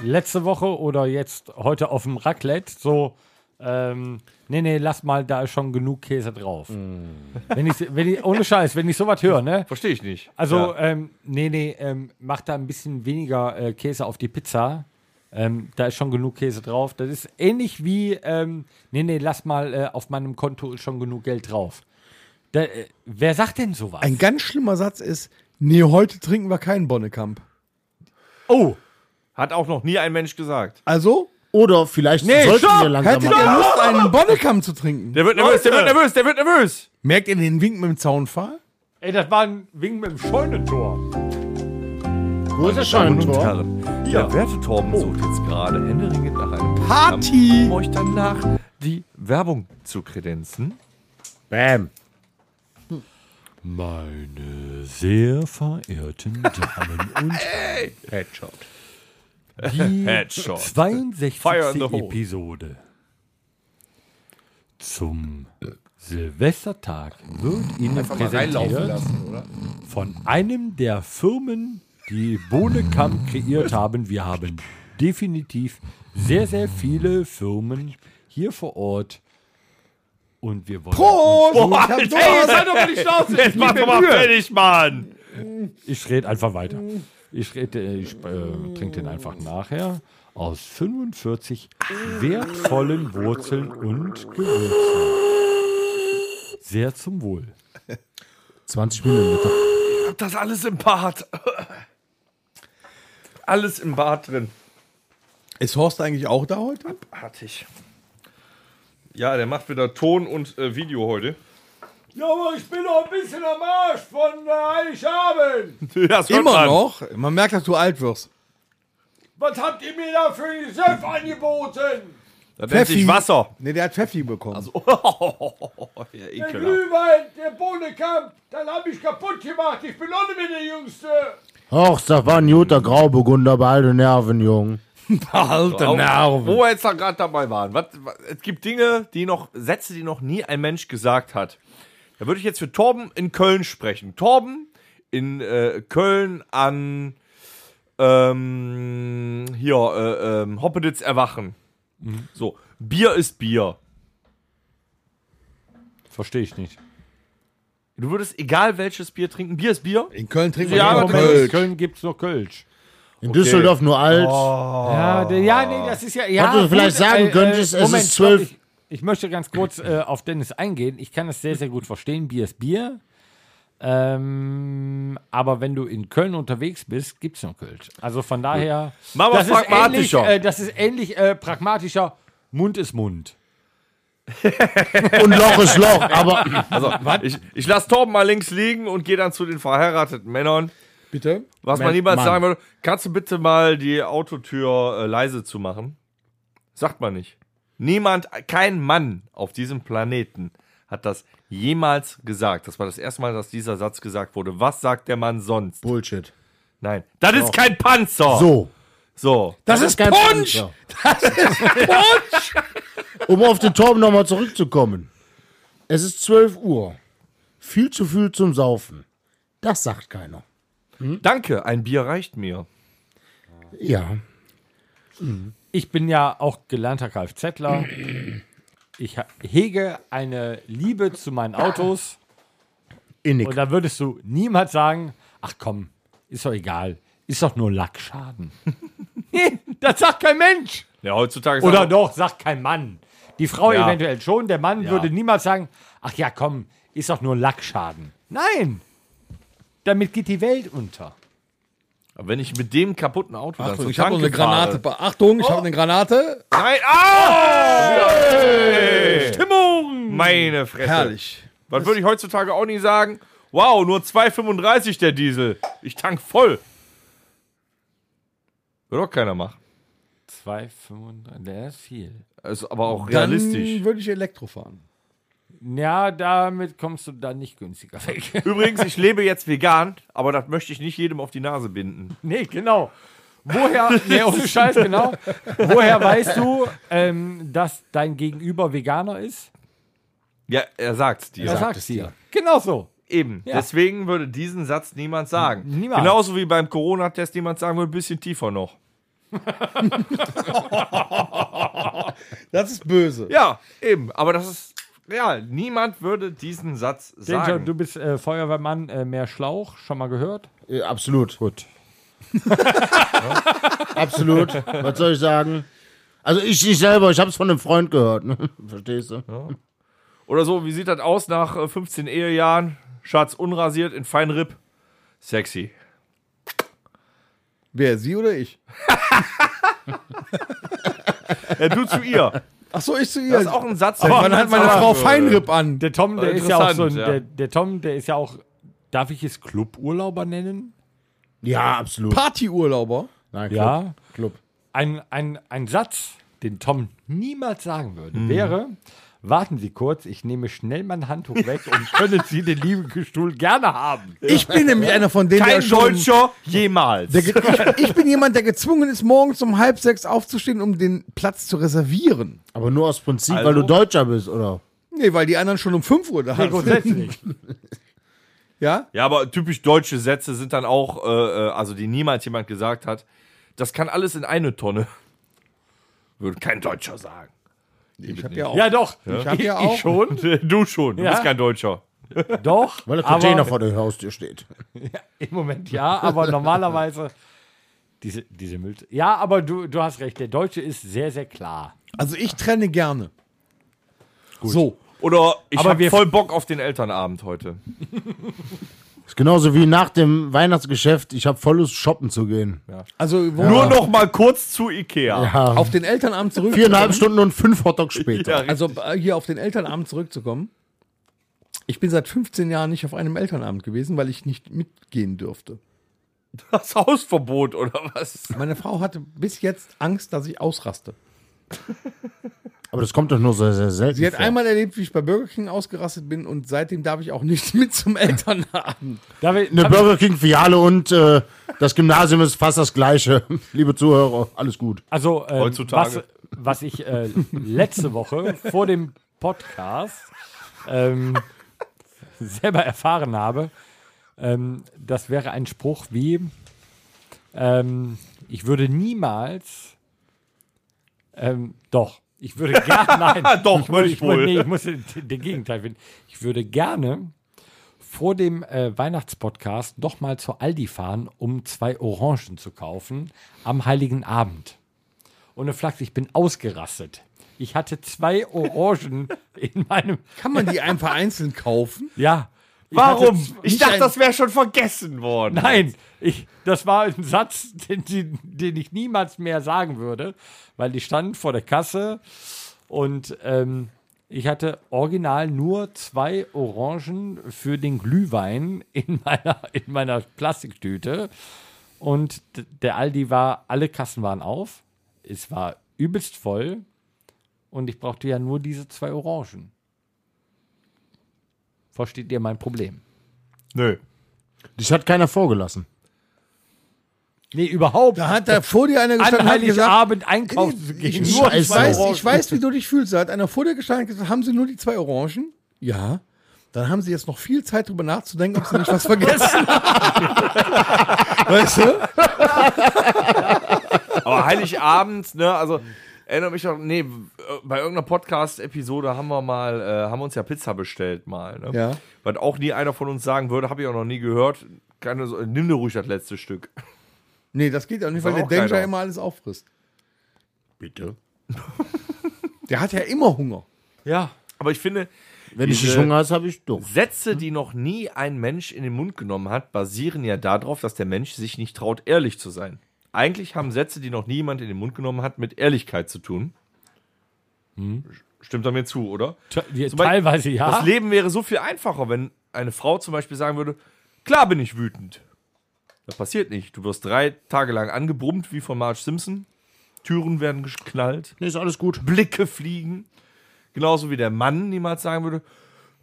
letzte Woche oder jetzt heute auf dem Raclette, so Ähm, nee, nee, lass mal, da ist schon genug Käse drauf.
Mm.
Wenn ich, wenn ich, ohne Scheiß, wenn ich sowas höre, ne?
Verstehe ich nicht.
Also,
ja.
ähm, nee, nee, ähm, mach da ein bisschen weniger äh, Käse auf die Pizza. Ähm, da ist schon genug Käse drauf. Das ist ähnlich wie, ähm, nee, nee, lass mal, äh, auf meinem Konto ist schon genug Geld drauf. Da, äh, wer sagt denn sowas?
Ein ganz schlimmer Satz ist, nee, heute trinken wir keinen Bonnekamp.
oh,
hat auch noch nie ein Mensch gesagt.
Also,
Oder vielleicht sollten
stopp!
wir langsam
hättet ihr Lust, einen Bonnekamp zu trinken?
Der wird nervös, der wird nervös, der wird nervös.
Merkt ihr den Wink mit dem Zaunpfahl?
ey, das war ein Wink mit dem Scheunentor.
Wo ist das schon ein Tor?
Herren, der werte Torben sucht jetzt gerade händeringend nach einem
Party!
um euch danach die Werbung zu kredenzen.
Bam.
Meine sehr verehrten Damen und Herren, die
Headshot.
62.
Fire in the hole.
Episode zum Silvestertag wird Ihnen präsentiert von einem der Firmen, die Bohnekamp kreiert haben. Wir haben definitiv sehr, sehr viele Firmen hier vor Ort und wir wollen
Prost! ich hab Durst.
doch mal die Schnauze! Jetzt mach doch mal fertig, Mann!
Ich rede einfach weiter. Ich, red, äh, ich äh, trinke den einfach nachher aus 45 wertvollen Wurzeln und Gewürzen. Sehr zum Wohl.
20 Minuten.
Hab das alles im Bad. Alles im Bad drin.
Ist Horst eigentlich auch da heute?
Hatte ich. Ja, der macht wieder Ton und äh, Video heute.
Ja, aber ich bin noch ein bisschen am Arsch von Heiligabend.
Das hört
Immer
man.
noch. Man merkt, dass du alt wirst.
Was habt ihr mir da für ein Sef angeboten?
Das nennt sich Wasser.
Nee, der hat Pfeffi bekommen.
Ja,
Glühwein, der Bohnekamp, dann hab ich kaputt gemacht. Ich bin auch nicht mehr der Jüngste.
Och, das war ein guter Grauburgunder, behalte Nerven, Jung.
Alter
Wo wir jetzt da gerade dabei waren. Was, was, es gibt Dinge, die noch, Sätze, die noch nie ein Mensch gesagt hat. Da würde ich jetzt für Torben in Köln sprechen. Torben in äh, Köln an ähm, hier, äh, ähm, Hoppeditz erwachen. So, Bier ist Bier.
Verstehe ich nicht.
Du würdest egal welches Bier trinken. Bier ist Bier.
In Köln trinken
Ja,
wir
aber
immer
Moment,
In
Kölsch.
Köln gibt's nur Kölsch.
In Düsseldorf nur alt.
Ja, der, ja, nee, das ist ja. ja
Was Ah. du vielleicht sagen könntest, es ist
stopp,
12.
Ich, ich möchte ganz kurz äh, auf Dennis eingehen. Ich kann das sehr, sehr gut verstehen. Bier ist Bier. Ähm, aber wenn du in Köln unterwegs bist, gibt es noch Kölsch. Also von daher.
Machen wir
ist ähnlich,
pragmatischer.
äh, das ist ähnlich äh, pragmatischer. Mund ist Mund.
Und Loch ist Loch, aber
Also, ich, ich lasse Torben mal links liegen und gehe dann zu den verheirateten Männern.
Bitte?
Was man
Mann.
niemals sagen würde, kannst du bitte mal die Autotür äh, leise zu machen? Sagt man nicht. Niemand, kein Mann auf diesem Planeten hat das jemals gesagt. Das war das erste Mal, dass dieser Satz gesagt wurde. Was sagt der Mann sonst?
Bullshit.
Nein. Das ist kein Panzer.
So.
So.
Das, ist
kein
Punsch!
Panzer. Um auf den Torben nochmal zurückzukommen. Es ist 12 Uhr. Viel zu viel zum Saufen. Das sagt keiner.
Danke, ein Bier reicht mir.
Ja.
Ich bin ja auch gelernter Kfzler. Ich ha- hege eine Liebe zu meinen Autos.
Innig.
Und da würdest du niemals sagen, ach komm, ist doch egal, ist doch nur Lackschaden. nee, das sagt kein Mensch.
Ja, heutzutage ist
Oder
aber-
doch, sagt kein Mann. Die Frau
Ja.
eventuell schon, der Mann würde niemals sagen, ach ja, komm, ist doch nur Lackschaden. Nein, damit geht die Welt unter.
Aber wenn ich mit dem kaputten Auto dann
Achtung,
zur
ich habe noch eine
Tanke fahre-
Granate. Oh. Achtung, ich habe eine Granate.
Nein, ah! Stimmung! Meine Fresse.
Herrlich.
Was würde ich heutzutage auch nie sagen? Wow, nur 2,35 der Diesel. Ich tank voll. Wird doch keiner machen.
2,35, der ist viel.
Ist aber auch
Dann
realistisch.
würde ich Elektro fahren.
Ja, damit kommst du dann nicht günstiger weg.
Übrigens, ich lebe jetzt vegan, aber das möchte ich nicht jedem auf die Nase binden.
Nee, genau. Woher, nee, ohne Scheiß, genau. Woher weißt du, ähm, dass dein Gegenüber Veganer ist?
Ja, er sagt's dir.
Er sagt es dir. Genau so.
Eben.
Ja.
Deswegen würde diesen Satz niemand sagen.
Niemals.
Genauso wie beim Corona-Test niemand sagen würde, ein bisschen tiefer noch.
Das ist böse.
Ja, eben. Aber das ist real. Niemand würde diesen Satz
Danger,
sagen.
du bist äh, Feuerwehrmann, äh, mehr Schlauch, schon mal gehört?
Äh, absolut,
Gut.
absolut. Was soll ich sagen? Also ich, ich selber, ich habe es von einem Freund gehört. Ne? Verstehst du?
Oder so, wie sieht das aus nach äh, 15 Ehejahren? Schatz unrasiert in Feinripp. Sexy.
Wer, sie oder ich?
Ja, Äh, du zu ihr.
Ach so, ich zu ihr.
Das ist auch ein Satz,
Oh,
der
Wann hat meine Frau Feinripp an?
Der Tom, der ist ja auch so ein,
Interessant, ja.
der, der Tom, der ist ja auch, darf ich es Cluburlauber nennen?
Ja, absolut.
Partyurlauber.
Nein,
Ja.
Club.
Ein, ein, ein Satz, den Tom niemals sagen würde, wäre, warten Sie kurz, ich nehme schnell mein Handtuch weg und können Sie den lieben Stuhl gerne haben.
Ich bin nämlich einer von denen, der
Kein
schon-
Deutscher jemals.
Der ge- ich, ich bin jemand, der gezwungen ist, morgens um halb sechs aufzustehen, um den Platz zu reservieren.
Aber nur aus Prinzip,
Also?
weil du Deutscher bist, oder?
Nee, weil die anderen schon um fünf Uhr da sind.
grundsätzlich.
Ja?
Ja, aber typisch deutsche Sätze sind dann auch, äh, äh, also die niemals jemand gesagt hat, das kann alles in eine Tonne. Würde kein Deutscher sagen.
Ich hab ja auch.
Ja, doch.
Ich hab ja auch.
schon.
Du schon, du
Ja.
bist kein Deutscher.
Doch.
Weil der
aber-
Container vor der Haustür steht.
Im Moment ja, aber normalerweise. Diese, diese Müll. Ja, aber du, du hast recht. Der Deutsche ist sehr, sehr klar.
Also ich trenne gerne. So.
Oder ich
Aber
hab
wir-
voll Bock auf den Elternabend heute.
Ist genauso wie nach dem Weihnachtsgeschäft, ich habe voll Lust, shoppen zu gehen.
Also wo
Nur noch mal kurz zu Ikea.
Ja.
auf den Elternabend zurück.
Viereinhalb Stunden und fünf Hotdogs später.
Also äh, hier auf den Elternabend zurückzukommen. Ich bin seit 15 Jahren nicht auf einem Elternabend gewesen, weil ich nicht mitgehen durfte.
das Hausverbot oder was?
Meine Frau hatte bis jetzt Angst, dass ich ausraste.
Aber das kommt doch nur sehr, sehr selten.
Sie hat
vor.
einmal erlebt, wie ich bei Burger King ausgerastet bin und seitdem darf ich auch nicht mit zum Elternabend.
Da will,
Eine Burger King Filiale und äh, das Gymnasium ist fast das gleiche. Liebe Zuhörer, alles gut.
also, ähm,
Heutzutage.
Was, was ich äh, letzte Woche vor dem Podcast ähm, selber erfahren habe, ähm, das wäre ein Spruch wie: ähm, Ich würde niemals. Ähm, doch. Ich würde gerne. Nein,
Doch,
ich, muss-
würde ich
ich, muss-
wohl.
Nee, ich muss den, den Gegenteil finden. Ich würde gerne vor dem äh, Weihnachtspodcast noch mal zu Aldi fahren, um zwei Orangen zu kaufen am Heiligen Abend. Und er fragt, ich bin ausgerastet. Ich hatte zwei Orangen in meinem.
Kann man die einfach einzeln kaufen?
Ja. Ich
Warum?
hatte z-
Ich
nicht
dachte,
ein-
das wäre schon vergessen worden.
Nein, ich, das war ein Satz, den, den, den ich niemals mehr sagen würde, weil ich stand vor der Kasse und ähm, ich hatte original nur zwei Orangen für den Glühwein in meiner, in meiner Plastiktüte und d- der Aldi war, alle Kassen waren auf, es war übelst voll und ich brauchte ja nur diese zwei Orangen. Versteht ihr mein Problem?
Nö.
Dich hat keiner vorgelassen.
Nee, überhaupt.
Da hat da vor dir einer
an
gestanden und hat gesagt,
Heiligabend einkaufen zu gehen.
ich-
Nur
ich
ich weiß,
Orangen.
ich weiß, wie du dich fühlst. Da hat einer vor dir gestanden und gesagt, haben sie nur die zwei Orangen? Ja. Dann haben sie jetzt noch viel Zeit, drüber nachzudenken, ob sie nicht was vergessen haben. weißt du?
Aber Heiligabend, ne, also erinnere mich doch, nee, äh, bei irgendeiner Podcast-Episode haben wir mal, äh, haben wir uns ja Pizza bestellt mal, ne?
Ja.
Was auch nie einer von uns sagen würde, habe ich auch noch nie gehört. Keine, so- äh, nimm dir ruhig das letzte Stück.
Nee, das geht auch nicht, weil
War
der
auch
Danger
keiner.
immer alles auffrisst.
Bitte.
Der hat ja immer Hunger.
Ja.
Aber ich finde,
Wenn ich
Diese-
nicht Hunger hast, habe ich doch.
Sätze, die noch nie ein Mensch in den Mund genommen hat, basieren ja darauf, dass der Mensch sich nicht traut, ehrlich zu sein. Eigentlich haben Sätze, die noch nie jemand in den Mund genommen hat, mit Ehrlichkeit zu tun. Stimmt er mir zu, oder?
Wir,
Zum Beispiel-
teilweise ja.
Das Leben wäre so viel einfacher, wenn eine Frau zum Beispiel sagen würde, klar bin ich wütend. Das passiert nicht. Du wirst drei Tage lang angebrummt, wie von Marge Simpson. Türen werden geknallt,
Nee, ist alles gut.
Blicke fliegen. Genauso wie der Mann niemals sagen würde,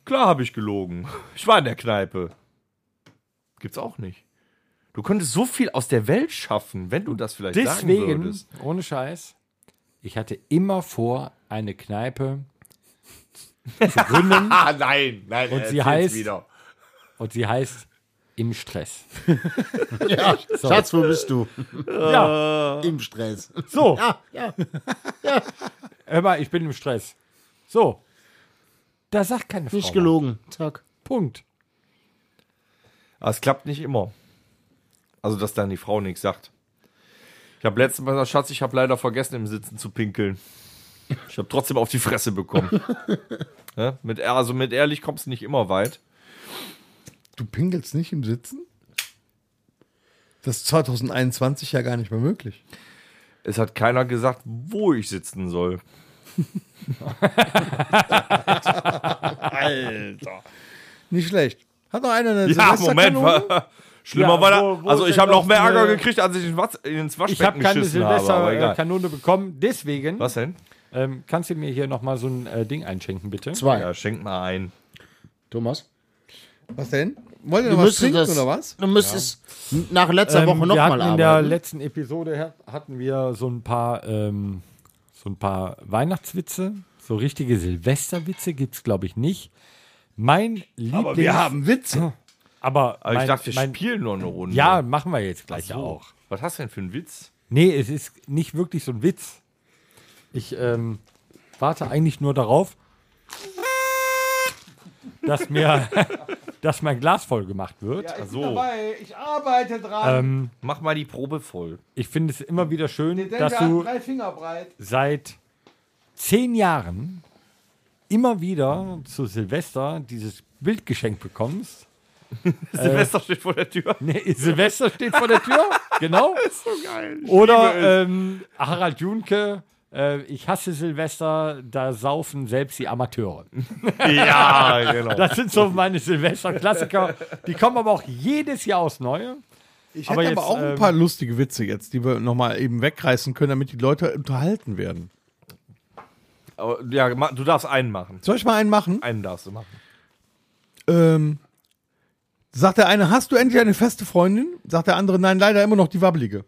klar habe ich gelogen. Ich war in der Kneipe. Gibt's auch nicht. Du könntest so viel aus der Welt schaffen, wenn du das vielleicht sagen
Deswegen,
würdest.
ohne Scheiß, ich hatte immer vor, eine Kneipe zu gründen
Ah, nein, nein.
Und sie
erzähl's
heißt-
Wieder.
und sie heißt Im Stress.
Ja. Schatz, wo bist du?
Ja,
Im Stress.
so.
Ja, ja.
Hör mal, ich bin im Stress. So. Da sagt keine Frau.
Nicht gelogen. Zack.
was. Punkt.
Aber es klappt nicht immer. Also, dass dann die Frau nichts sagt. Ich habe letztens mal gesagt, Schatz, ich habe leider vergessen, im Sitzen zu pinkeln. Ich habe trotzdem auf die Fresse bekommen. ja, mit, ehr- also mit ehrlich kommst du nicht immer weit.
Du pinkelst nicht im Sitzen? Das ist 2021 ja gar nicht mehr möglich.
Es hat keiner gesagt, wo ich sitzen soll.
Nicht schlecht. Hat noch einer eine
Ja, Moment.
Silvesterkanone?
War, schlimmer
Ja,
war
wo-
da.
wo
Also,
ist
ich
denn
habe noch
noch
mehr
eine-
Ärger gekriegt, als ich ins Watz- ins
Ich habe
Waschbecken
keine
geschissen habe.
äh,
Aber egal.
Silvesterkanone bekommen, deswegen
Was denn?
ähm, kannst du mir hier nochmal so ein äh, Ding einschenken, bitte.
Zwei.
Ja, schenk mal ein.
Thomas?
Was denn? Wollt ihr noch was trinken oder was?
Du müsstest es nach letzter Woche
Ähm, wir
nochmal
hatten in der
arbeiten.
letzten Episode her- hatten wir so ein paar ähm, so ein paar Weihnachtswitze, so richtige Silvesterwitze gibt's glaube ich nicht. Mein Lieblings
Aber wir haben Witze.
aber,
Aber
mein,
ich dachte, wir
mein,
spielen noch eine Runde.
ja, machen wir jetzt gleich
so.
ja auch.
Was hast du denn für einen Witz?
Nee, es ist nicht wirklich so ein Witz. Ich ähm, warte eigentlich nur darauf, dass mir dass mein Glas voll gemacht wird.
Ach so.
Ich arbeite dran.
Mach mal die Probe voll.
Ich finde es immer wieder schön, dass du
Finger breit.
seit zehn Jahren immer wieder zu Silvester dieses Bild geschenkt bekommst.
Silvester steht vor der Tür.
Nee, Silvester steht vor der Tür, genau. Ist so geil. Oder ähm, Harald Junke, äh, ich hasse Silvester, da saufen selbst die Amateure.
Ja, genau.
Das sind so meine Silvester-Klassiker. Die kommen aber auch jedes Jahr aus Neue.
Ich
Aber
hätte
jetzt,
aber auch ein
ähm,
paar lustige Witze jetzt, die wir nochmal eben wegreißen können, damit die Leute unterhalten werden.
Aber, ja, ma- du darfst einen machen.
Soll ich mal einen machen?
Einen darfst du machen.
Ähm, sagt der eine, hast du endlich eine feste Freundin? Sagt der andere, nein, leider immer noch die wabbelige.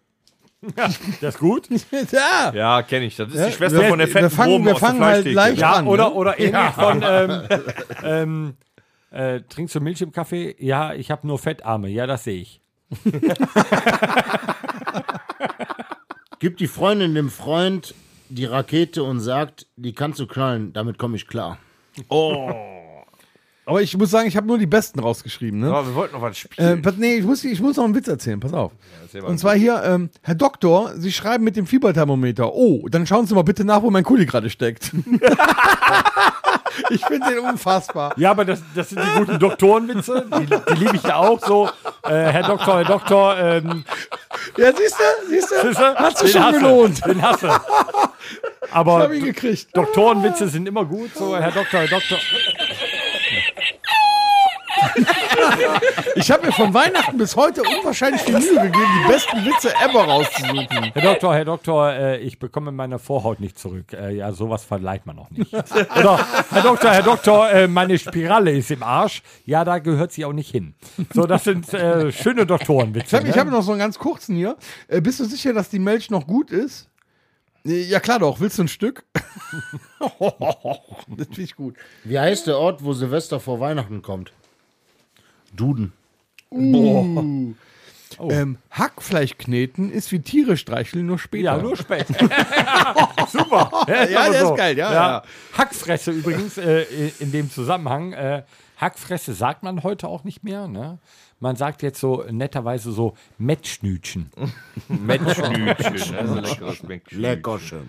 Das ist gut.
ja.
Ja, kenne ich. Das ist die Schwester
wir-
von der
wir
fetten
fangen-
Proben
wir
aus der
fangen halt
Fleischtheke.
leicht-
Ja,
Dran, ne?
oder, oder ähnlich von, ähm, ähm, äh, trinkst du Milch im Kaffee? Ja, ich habe nur Fettarme. Ja, das sehe ich.
Gib die Freundin dem Freund die Rakete und sagt, die kannst du knallen, damit komme ich klar.
Aber ich muss sagen, ich habe nur die besten rausgeschrieben. Ne?
Aber wir wollten noch was spielen.
Äh, pass- nee, ich muss, ich muss noch einen Witz erzählen, pass auf.
erzähl mal.
Und zwar hier, ähm, Herr Doktor, Sie schreiben mit dem Fieberthermometer. Oh, dann schauen Sie mal bitte nach, wo mein Kuli gerade steckt. ich finde den unfassbar.
Ja, aber das, das sind die guten Doktorenwitze. Die, die liebe ich ja auch so. Äh, Herr Doktor, Herr Doktor, ähm,
Ja, siehst du, siehst du,
Pisse,
hat
den
sich schon
hasse,
gelohnt.
Den hasse.
Ich
Aber
habe ihn gekriegt.
Doktorenwitze sind immer gut. So, Herr Doktor, Herr Doktor.
Ich habe mir von Weihnachten bis heute unwahrscheinlich viel Mühe gegeben, die besten Witze ever rauszusuchen.
Herr Doktor, Herr Doktor, äh, ich bekomme meine Vorhaut nicht zurück. Äh, ja, sowas verleiht man auch nicht. Oder, Herr Doktor, Herr Doktor, äh, meine Spirale ist im Arsch. Ja, da gehört sie auch nicht hin. So, das sind äh, schöne
Ich
Doktorenwitze. ne?
habe ich hab noch so einen ganz kurzen hier. Äh, bist du sicher, dass die Milch noch gut ist? Äh, Ja, klar doch. Willst du ein Stück? das finde ich gut.
Wie heißt der Ort, wo Silvester vor Weihnachten kommt? Duden.
Oh.
Ähm, Hackfleisch kneten ist wie Tiere streicheln, nur später.
Ja, nur spät. Super.
Ja,
aber
der ist geil, ja, ja.
Hackfresse übrigens äh, in dem Zusammenhang. Äh, Hackfresse sagt man heute auch nicht mehr. Ne? Man sagt jetzt so netterweise so Mettschnütchen.
Mhm.
Menschnütchen. Also lecker schmeckt.
Lecker schön.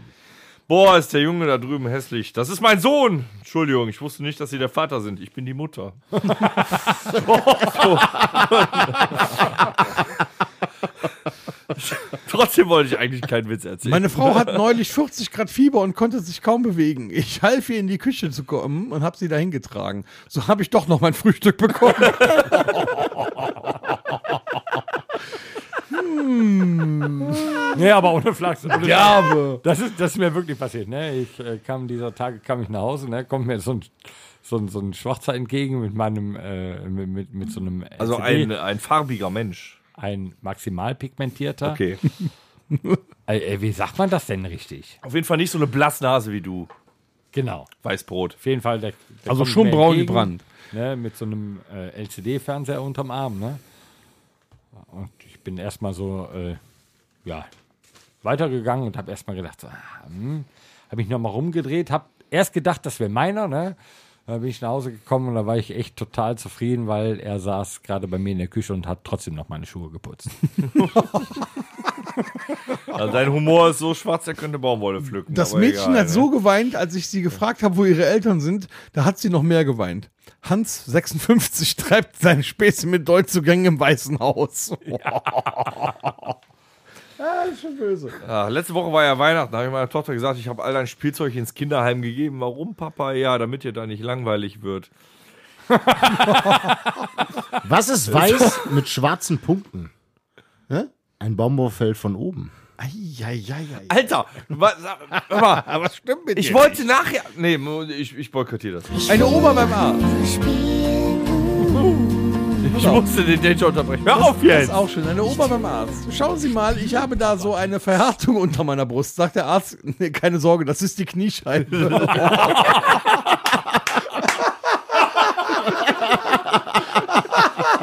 Boah, ist der Junge da drüben hässlich. Das ist mein Sohn. Entschuldigung, ich wusste nicht, dass Sie der Vater sind. Ich bin die Mutter. Trotzdem wollte ich eigentlich keinen Witz erzählen.
Meine Frau hat neulich 40 Grad Fieber und konnte sich kaum bewegen. Ich half ihr in die Küche zu kommen und habe sie dahin getragen. So habe ich doch noch mein Frühstück bekommen.
Nee, aber ohne Flachs. Ohne
Ja,
Flachs.
aber-
Das ist, das ist mir wirklich passiert. Ne? Ich äh, kam dieser Tage kam ich nach Hause, ne? kommt mir so ein, so, ein, so ein Schwarzer entgegen mit meinem, äh, mit, mit, mit so einem
also
LCD,
ein, ein farbiger Mensch.
ein maximal pigmentierter.
Okay.
Äh, äh, wie sagt man das denn richtig?
Auf jeden Fall nicht so eine Blassnase wie du.
Genau.
Weißbrot.
Auf jeden Fall. Der, der
Also
kommt
schon
mir
braun
entgegen,
gebrannt.
Ne, mit so einem äh, LCD-Fernseher unterm Arm. Ne? Und ich bin erstmal so, äh, ja, weitergegangen und habe erstmal gedacht, so, ah, hm. habe mich nochmal rumgedreht, habe erst gedacht, das wäre meiner, ne? Dann bin ich nach Hause gekommen und da war ich echt total zufrieden, weil er saß gerade bei mir in der Küche und hat trotzdem noch meine Schuhe geputzt.
Also dein Humor ist so schwarz, er könnte Baumwolle pflücken.
Das
aber
Mädchen
egal,
hat
ne?
so geweint, als ich sie gefragt habe, wo ihre Eltern sind, da hat sie noch mehr geweint. Hans 56 treibt seine Späße mit Deutzugängen im Weißen Haus. Ja, das ist schon böse.
Ja, Ah, letzte Woche war ja Weihnachten, da habe ich meiner Tochter gesagt, ich habe all dein Spielzeug ins Kinderheim gegeben. Warum, Papa? Ja, damit ihr da nicht langweilig wird.
Was ist weiß mit schwarzen Punkten? Hä? Ein Baumwollfeld von oben.
Eieiei.
Alter, was, sag- hör mal,
Aber was Ah, stimmt mit
ich
dir
wollte nachher. Nee, ich, ich boykottiere das.
nicht? Eine Oma beim Arzt.
Ich musste den Danger unterbrechen. Hör auf
Das
jetzt!
ist auch schön. Eine Oma beim Arzt. Schauen Sie mal, ich habe da so eine Verhärtung unter meiner Brust. Sagt der Arzt, nee, keine Sorge, das ist die Kniescheibe.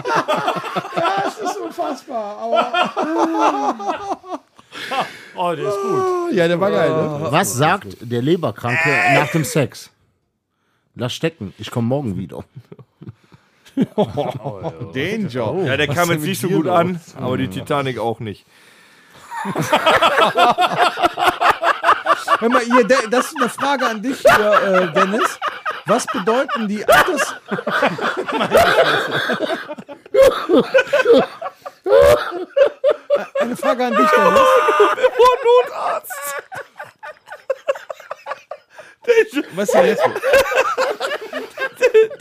das ist unfassbar.
Oh, der ist gut.
ja, der war geil, ne?
Was sagt der Leberkranke nach dem Sex? Lass stecken, ich komme morgen wieder.
Oh, Danger.
Ja, der
Was
kam
ist denn
jetzt nicht so
mit dir
gut
los?
an, aber die Titanic auch nicht.
Hör mal, hier, De- das ist eine Frage an dich, hier, äh, Dennis. Was bedeuten die Alters... Eine Frage an dich, Dennis.
Oh, Notarzt!
Was ist denn jetzt?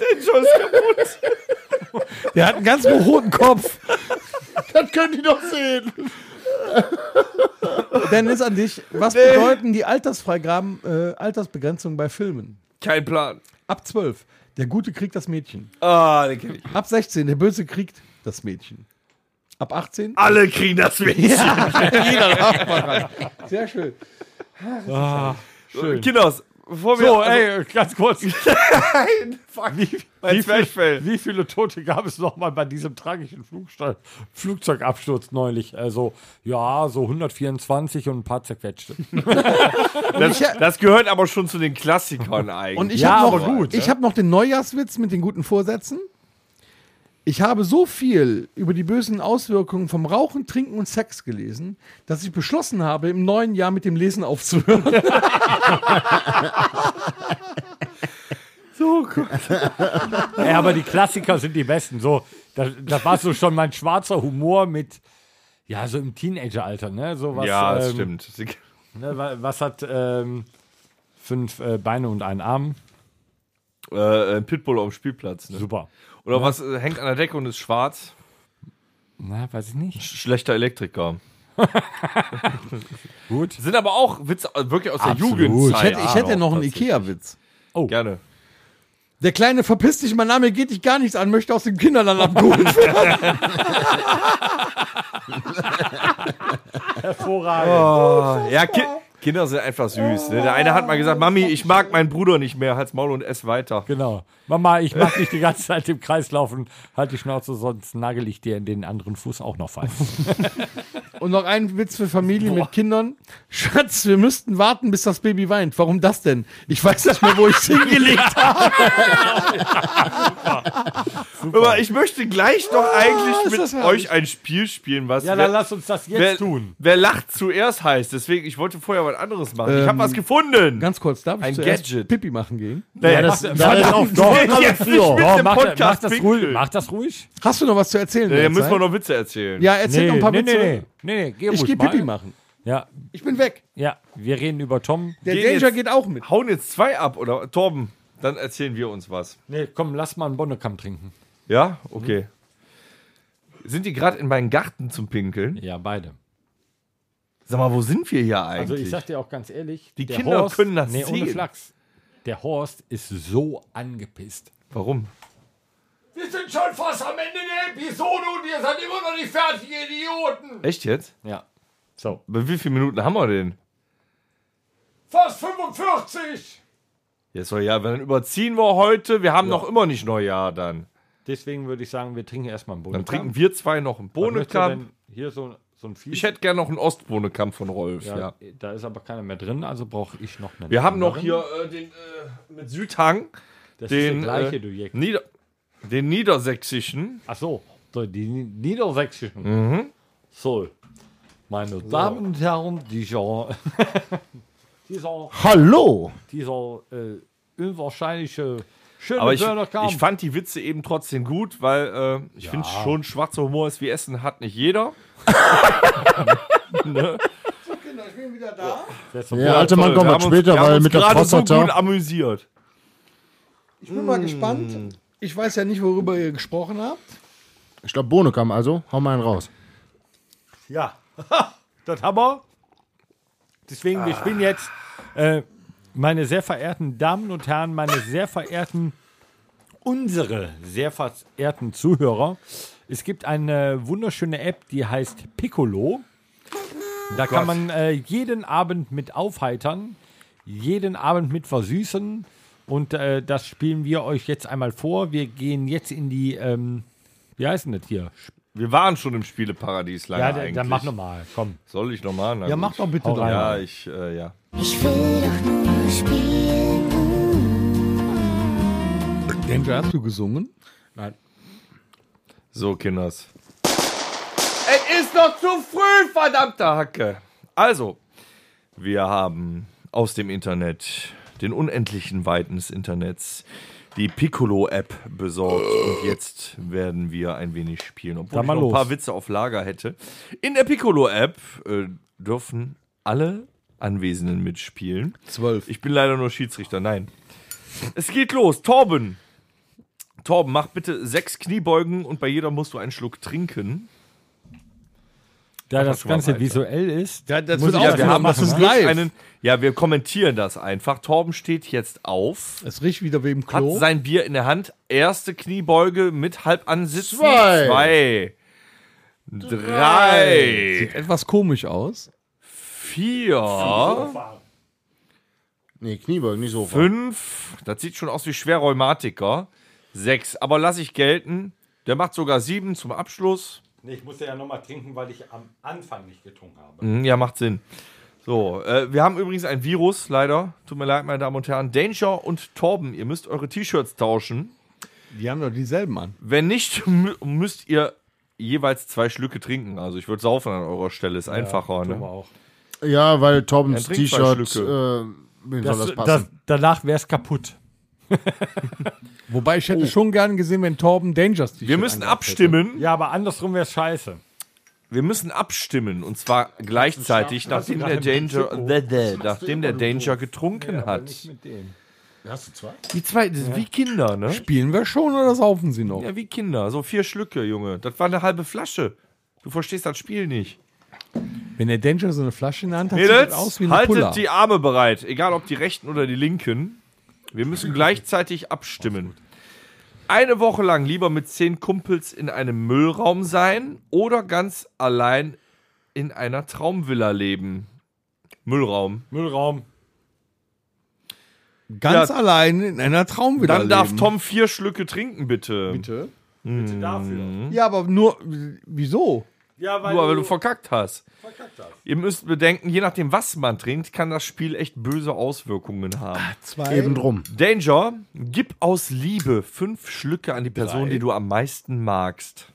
Danger ist kaputt.
Der hat einen ganz roten Kopf.
Das könnt ihr doch sehen.
Dennis, an dich. Was bedeuten die Altersfreigaben, äh, Altersbegrenzungen bei Filmen?
Kein Plan.
Ab 12, der Gute kriegt das Mädchen.
Ah, den kenn ich.
Ab 16, der Böse kriegt das Mädchen. Ab 18?
Alle kriegen das Mädchen.
Sehr schön.
Kinders, bevor wir. äh,
So, Oh, äh, ey, ganz kurz. Wie,
Mein
wie,
Zwerchfell.
viel, wie viele Tote gab es nochmal bei diesem tragischen Flugsta- Flugzeugabsturz neulich? Also, ja, so 124 und ein paar zerquetschte.
Das, das gehört aber schon zu den Klassikern eigentlich.
Und ich
Ja,
habe
aber
noch,
gut,
ich hab noch den Neujahrswitz mit den guten Vorsätzen. Ich habe so viel über die bösen Auswirkungen vom Rauchen, Trinken und Sex gelesen, dass ich beschlossen habe, im neuen Jahr mit dem Lesen aufzuhören.
so cool.
Ey, aber die Klassiker sind die besten. So, da, da war so schon mein schwarzer Humor mit, ja, so im Teenageralter, ne? So was,
Ja, das
ähm,
stimmt.
Ne, wa- was hat ähm, fünf äh, Beine und einen Arm?
Äh, ein Pitbull auf dem Spielplatz. Ne?
Super.
Oder was äh, hängt an der Decke und ist schwarz?
Na, weiß ich nicht.
Schlechter Elektriker.
Gut.
Sind aber auch Witze äh, wirklich aus
Absolut.
der
Ich
Jugendzeit.
hätte, ich hätte noch einen
tatsächlich.
Ikea-Witz.
Gerne.
Der Kleine verpisst dich, mein Name geht dich gar nichts an, möchte aus dem Kinderland abgeholt werden.
Hervorragend.
Oh, Ja, Ki Kinder sind einfach süß. Ne? Der eine hat mal gesagt, Mami, ich mag meinen Bruder nicht mehr. Halt's Maul und ess weiter.
Genau. Mama, ich mag dich die ganze Zeit im Kreis laufen. Halt die Schnauze, sonst nagel ich dir in den anderen Fuß auch noch fest.
Und noch ein Witz für Familien mit Kindern. Schatz, wir müssten warten, bis das Baby weint. Warum das denn? Ich weiß nicht mehr, wo ich es hingelegt habe.
Aber ich möchte gleich doch
Ah,
ist
eigentlich
das
mit
herrlich.
euch ein Spiel spielen, was
Ja,
wer-
dann lass uns das jetzt
wer,
tun.
wer lacht zuerst heißt. Deswegen, ich wollte vorher was anderes machen.
Ähm,
ich habe was gefunden.
Ganz kurz, darf ich
Ein
zuerst
Gadget.
Pipi machen gehen?
naja,
Ja, das,
mach-
da ist auch doch.
Jetzt
alles
nicht
für.
mit-
Oh,
dem
mach,
Podcast
mach, das
pinkeln.
ruhig, mach das ruhig.
Hast du noch was zu erzählen?
da
Lenzai?
müssen wir noch Witze erzählen.
ja, erzähl noch ein paar
nee,
Witze.
nee, nee, nee, geh
Ich
ruhig
gehe
mal.
Pipi machen.
Ja,
Ich bin weg.
ja, wir reden über Tom.
Der
Gehen
Danger
jetzt-
geht auch mit.
Hauen jetzt zwei ab, oder? Torben, dann erzählen wir uns was.
Nee, komm, lass mal einen Bonnekamp trinken.
Ja? Okay. Sind die gerade in meinen Garten zum Pinkeln?
Ja, beide.
Sag mal, wo sind wir hier eigentlich?
Also ich sag dir auch ganz ehrlich,
Die Kinder können das
nee, ohne
sehen.
Flachs. Der Horst ist so angepisst.
Warum?
Wir sind schon fast am Ende der Episode und ihr seid immer noch nicht fertig, Idioten.
Echt jetzt?
Ja. So.
Aber wie viele Minuten haben wir denn?
Fast 45.
Jetzt soll ja, dann überziehen wir heute. Wir haben noch immer nicht Neujahr dann.
Deswegen würde ich sagen, wir trinken erstmal einen
Dann
Bohnenkamp.
trinken wir zwei noch einen
Was möchtest du
Bohnenkamp.
denn Hier so, so ein Vieh.
Ich hätte gerne noch einen Ostbohnenkamp von Rolf. Ja.
ja, Da ist aber keiner mehr drin, also brauche ich noch einen.
Wir haben noch
anderen.
hier äh, den äh, mit Südhang,
das
den,
ist der gleiche,
äh,
du Jeck.
Nieder den niedersächsischen.
Ach so, so die Ni- Niedersächsischen.
Mhm.
So, meine Damen und Herren, dieser, dieser,
Hallo!
dieser äh, unwahrscheinliche schöne
Aber ich,
Börnerkamp.
ich fand die Witze eben trotzdem gut, weil äh, ich finde schon, schwarzer Humor ist wie Essen, hat nicht jeder.
Kinder, ich bin wieder da.
Deshalb-
Der alte Mann
Toll, wir
kommt
haben
was
uns-
später,
wir haben
weil
uns
mit der
gerade so
Prostata.
gut amüsiert.
Ich bin mal gespannt. Ich weiß ja nicht, worüber ihr gesprochen habt.
ich glaube, Bohne kam also. Hau mal einen raus.
Ja, das haben wir. Deswegen, ich bin jetzt, äh, meine sehr verehrten Damen und Herren, meine sehr verehrten, unsere sehr verehrten Zuhörer. Es gibt eine wunderschöne App, die heißt Piccolo. Da kann man äh, jeden Abend mit aufheitern, jeden Abend mit versüßen. Und äh, das spielen wir euch jetzt einmal vor. Wir gehen jetzt in die, ähm, wie heißt denn das hier?
Wir waren schon im Spieleparadies
Ja,
leider eigentlich.
dann mach nochmal, komm.
Soll ich nochmal? Na
Ja,
gut.
mach doch bitte
Hau
doch.
rein.
Ja, ich, äh, ja.
Ich will doch nur spielen.
Danger, hast du gesungen?
So, Kinders. Es ist noch zu früh, verdammte Hacke. Also, wir haben aus dem Internet, den unendlichen Weiten des Internets, die Piccolo-App besorgt. Und jetzt werden wir ein wenig spielen, obwohl
Dann
ich
mal
noch ein
los.
paar Witze auf Lager hätte. In der Piccolo-App äh, dürfen alle Anwesenden mitspielen.
Zwölf.
Ich bin leider nur Schiedsrichter, nein. Es geht los, Torben. Torben, mach bitte sechs Kniebeugen und bei jeder musst du einen Schluck trinken.
Da das
schon mal
Ganze
weiter.
visuell ist,
Ja, das
muss
wird
ich
auch
das
wieder
mal
machen, ne?
machen. ne?
live.
Einen, ja, wir kommentieren das einfach. Torben steht jetzt auf,
Es riecht wieder wie im
hat
Klo.
sein Bier in der Hand. Erste Kniebeuge mit halb ansitzen.
Zwei.
Zwei. Drei.
Sieht etwas komisch aus.
Vier.
Nee, Kniebeugen, nicht so.
Fünf. Das sieht schon aus wie schwer Rheumatiker. Sechs. Aber lass ich gelten. Der macht sogar sieben zum Abschluss.
Nee, ich musste ja nochmal trinken, weil ich am Anfang nicht getrunken habe.
Mhm, Ja, macht Sinn. So, äh, wir haben übrigens ein Virus, leider. Tut mir leid, meine Damen und Herren. Danger und Torben, ihr müsst eure T-Shirts tauschen.
Die haben doch dieselben an.
Wenn nicht, mü- müsst ihr jeweils zwei Schlücke trinken. Also ich würde saufen an eurer Stelle, ist einfacher.
Tun wir
Ne?
auch.
Ja, weil Torbens
Er trinkt zwei
T-Shirt. Äh,
Schlücke.
wem soll
Das,
das
das,
passen?
danach wäre es kaputt.
Wobei ich hätte schon gern gesehen, wenn Torben Dangers
Wir müssen abstimmen.
Ja, aber andersrum wäre es scheiße.
Wir müssen abstimmen. Und zwar gleichzeitig, nachdem der Danger, nachdem der Danger getrunken hat.
Hast du zwei?
Die zwei, das ist wie Kinder, ne?
Spielen wir schon oder saufen sie noch?
Ja, wie Kinder. So vier Schlücke, Junge. Das war eine halbe Flasche. Du verstehst das Spiel nicht.
Wenn der Danger so eine Flasche in der Hand hat, sieht
Mädels,
das aus wie eine
haltet
Pulla.
die Arme bereit, egal ob die rechten oder die linken. Wir müssen gleichzeitig abstimmen. Eine Woche lang lieber mit zehn Kumpels in einem Müllraum sein oder ganz allein in einer Traumvilla leben. Müllraum.
Müllraum.
Ganz
Ja.
allein in einer Traumvilla
Dann darf
leben.
Tom vier Schlücke trinken, bitte.
Bitte? Mhm.
Bitte dafür.
Ja, aber nur, wieso?
Ja, weil
Nur weil
du
du verkackt hast. Ihr müsst bedenken, je nachdem, was man trinkt, kann das Spiel echt böse Auswirkungen haben.
Zwei.
Eben drum.
Danger, gib aus Liebe fünf Schlücke an die Person, die du am meisten magst.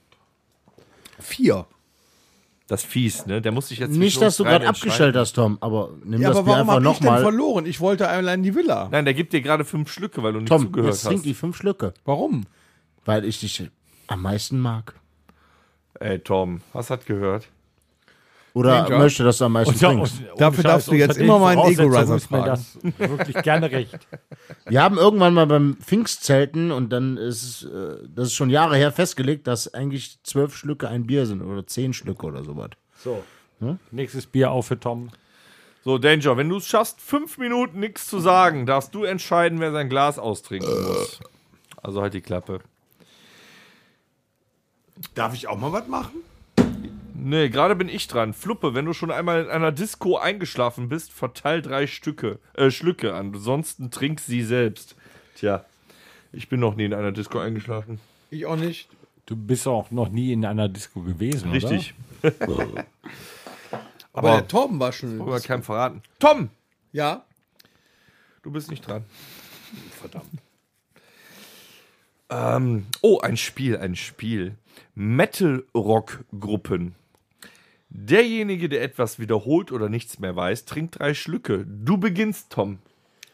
Vier.
Das ist fies, ne? Der muss sich jetzt
Nicht,
zwischen
dass du
uns dreien
gerade abgestellt
entscheiden.
hast, Tom, aber nimm
Ja,
das
aber
Bier
warum
einfach
hab ich denn
nochmal.
verloren? Ich wollte allein die Villa.
Nein, der gibt dir gerade fünf Schlücke, weil du nicht
Tom,
zugehört
jetzt trink
hast.
die fünf Schlücke,
Warum?
weil ich dich am meisten mag.
Ey, Tom, was hat gehört?
Oder
Danger.
möchte, dass du am meisten
Ja,
trinkst.
und-
Dafür
ohne
darfst du
Scheiß,
jetzt
unter
immer
den
meinen
Voraussetzungen
Ego-Riser
ist mir das wirklich gerne recht.
Wir haben irgendwann mal beim Pfingstzelten und dann ist es, äh, das ist schon Jahre her festgelegt, dass eigentlich zwölf Schlücke ein Bier sind oder zehn Schlücke oder sowas.
So. Nächstes Bier auf für Tom.
So, Danger, wenn du es schaffst, fünf Minuten nichts zu sagen, darfst du entscheiden, wer sein Glas austrinken
Äh.
muss. Also halt die Klappe.
Darf ich auch mal was machen?
Nee, gerade bin ich dran. Fluppe, wenn du schon einmal in einer Disco eingeschlafen bist, verteil drei Stücke, äh, Schlücke. Ansonsten trink sie selbst. Tja, ich bin noch nie in einer Disco eingeschlafen.
Ich auch nicht.
Du bist auch noch nie in einer Disco gewesen,
Richtig.
Aber,
Aber-
der Torben war schon.
Wollen wir keinem verraten. Tom,
Ja.
du bist nicht dran. Verdammt. Ähm, oh, ein Spiel, ein Spiel. Metal-Rock-Gruppen. Derjenige, der etwas wiederholt oder nichts mehr weiß, trinkt drei Schlücke. Du beginnst, Tom.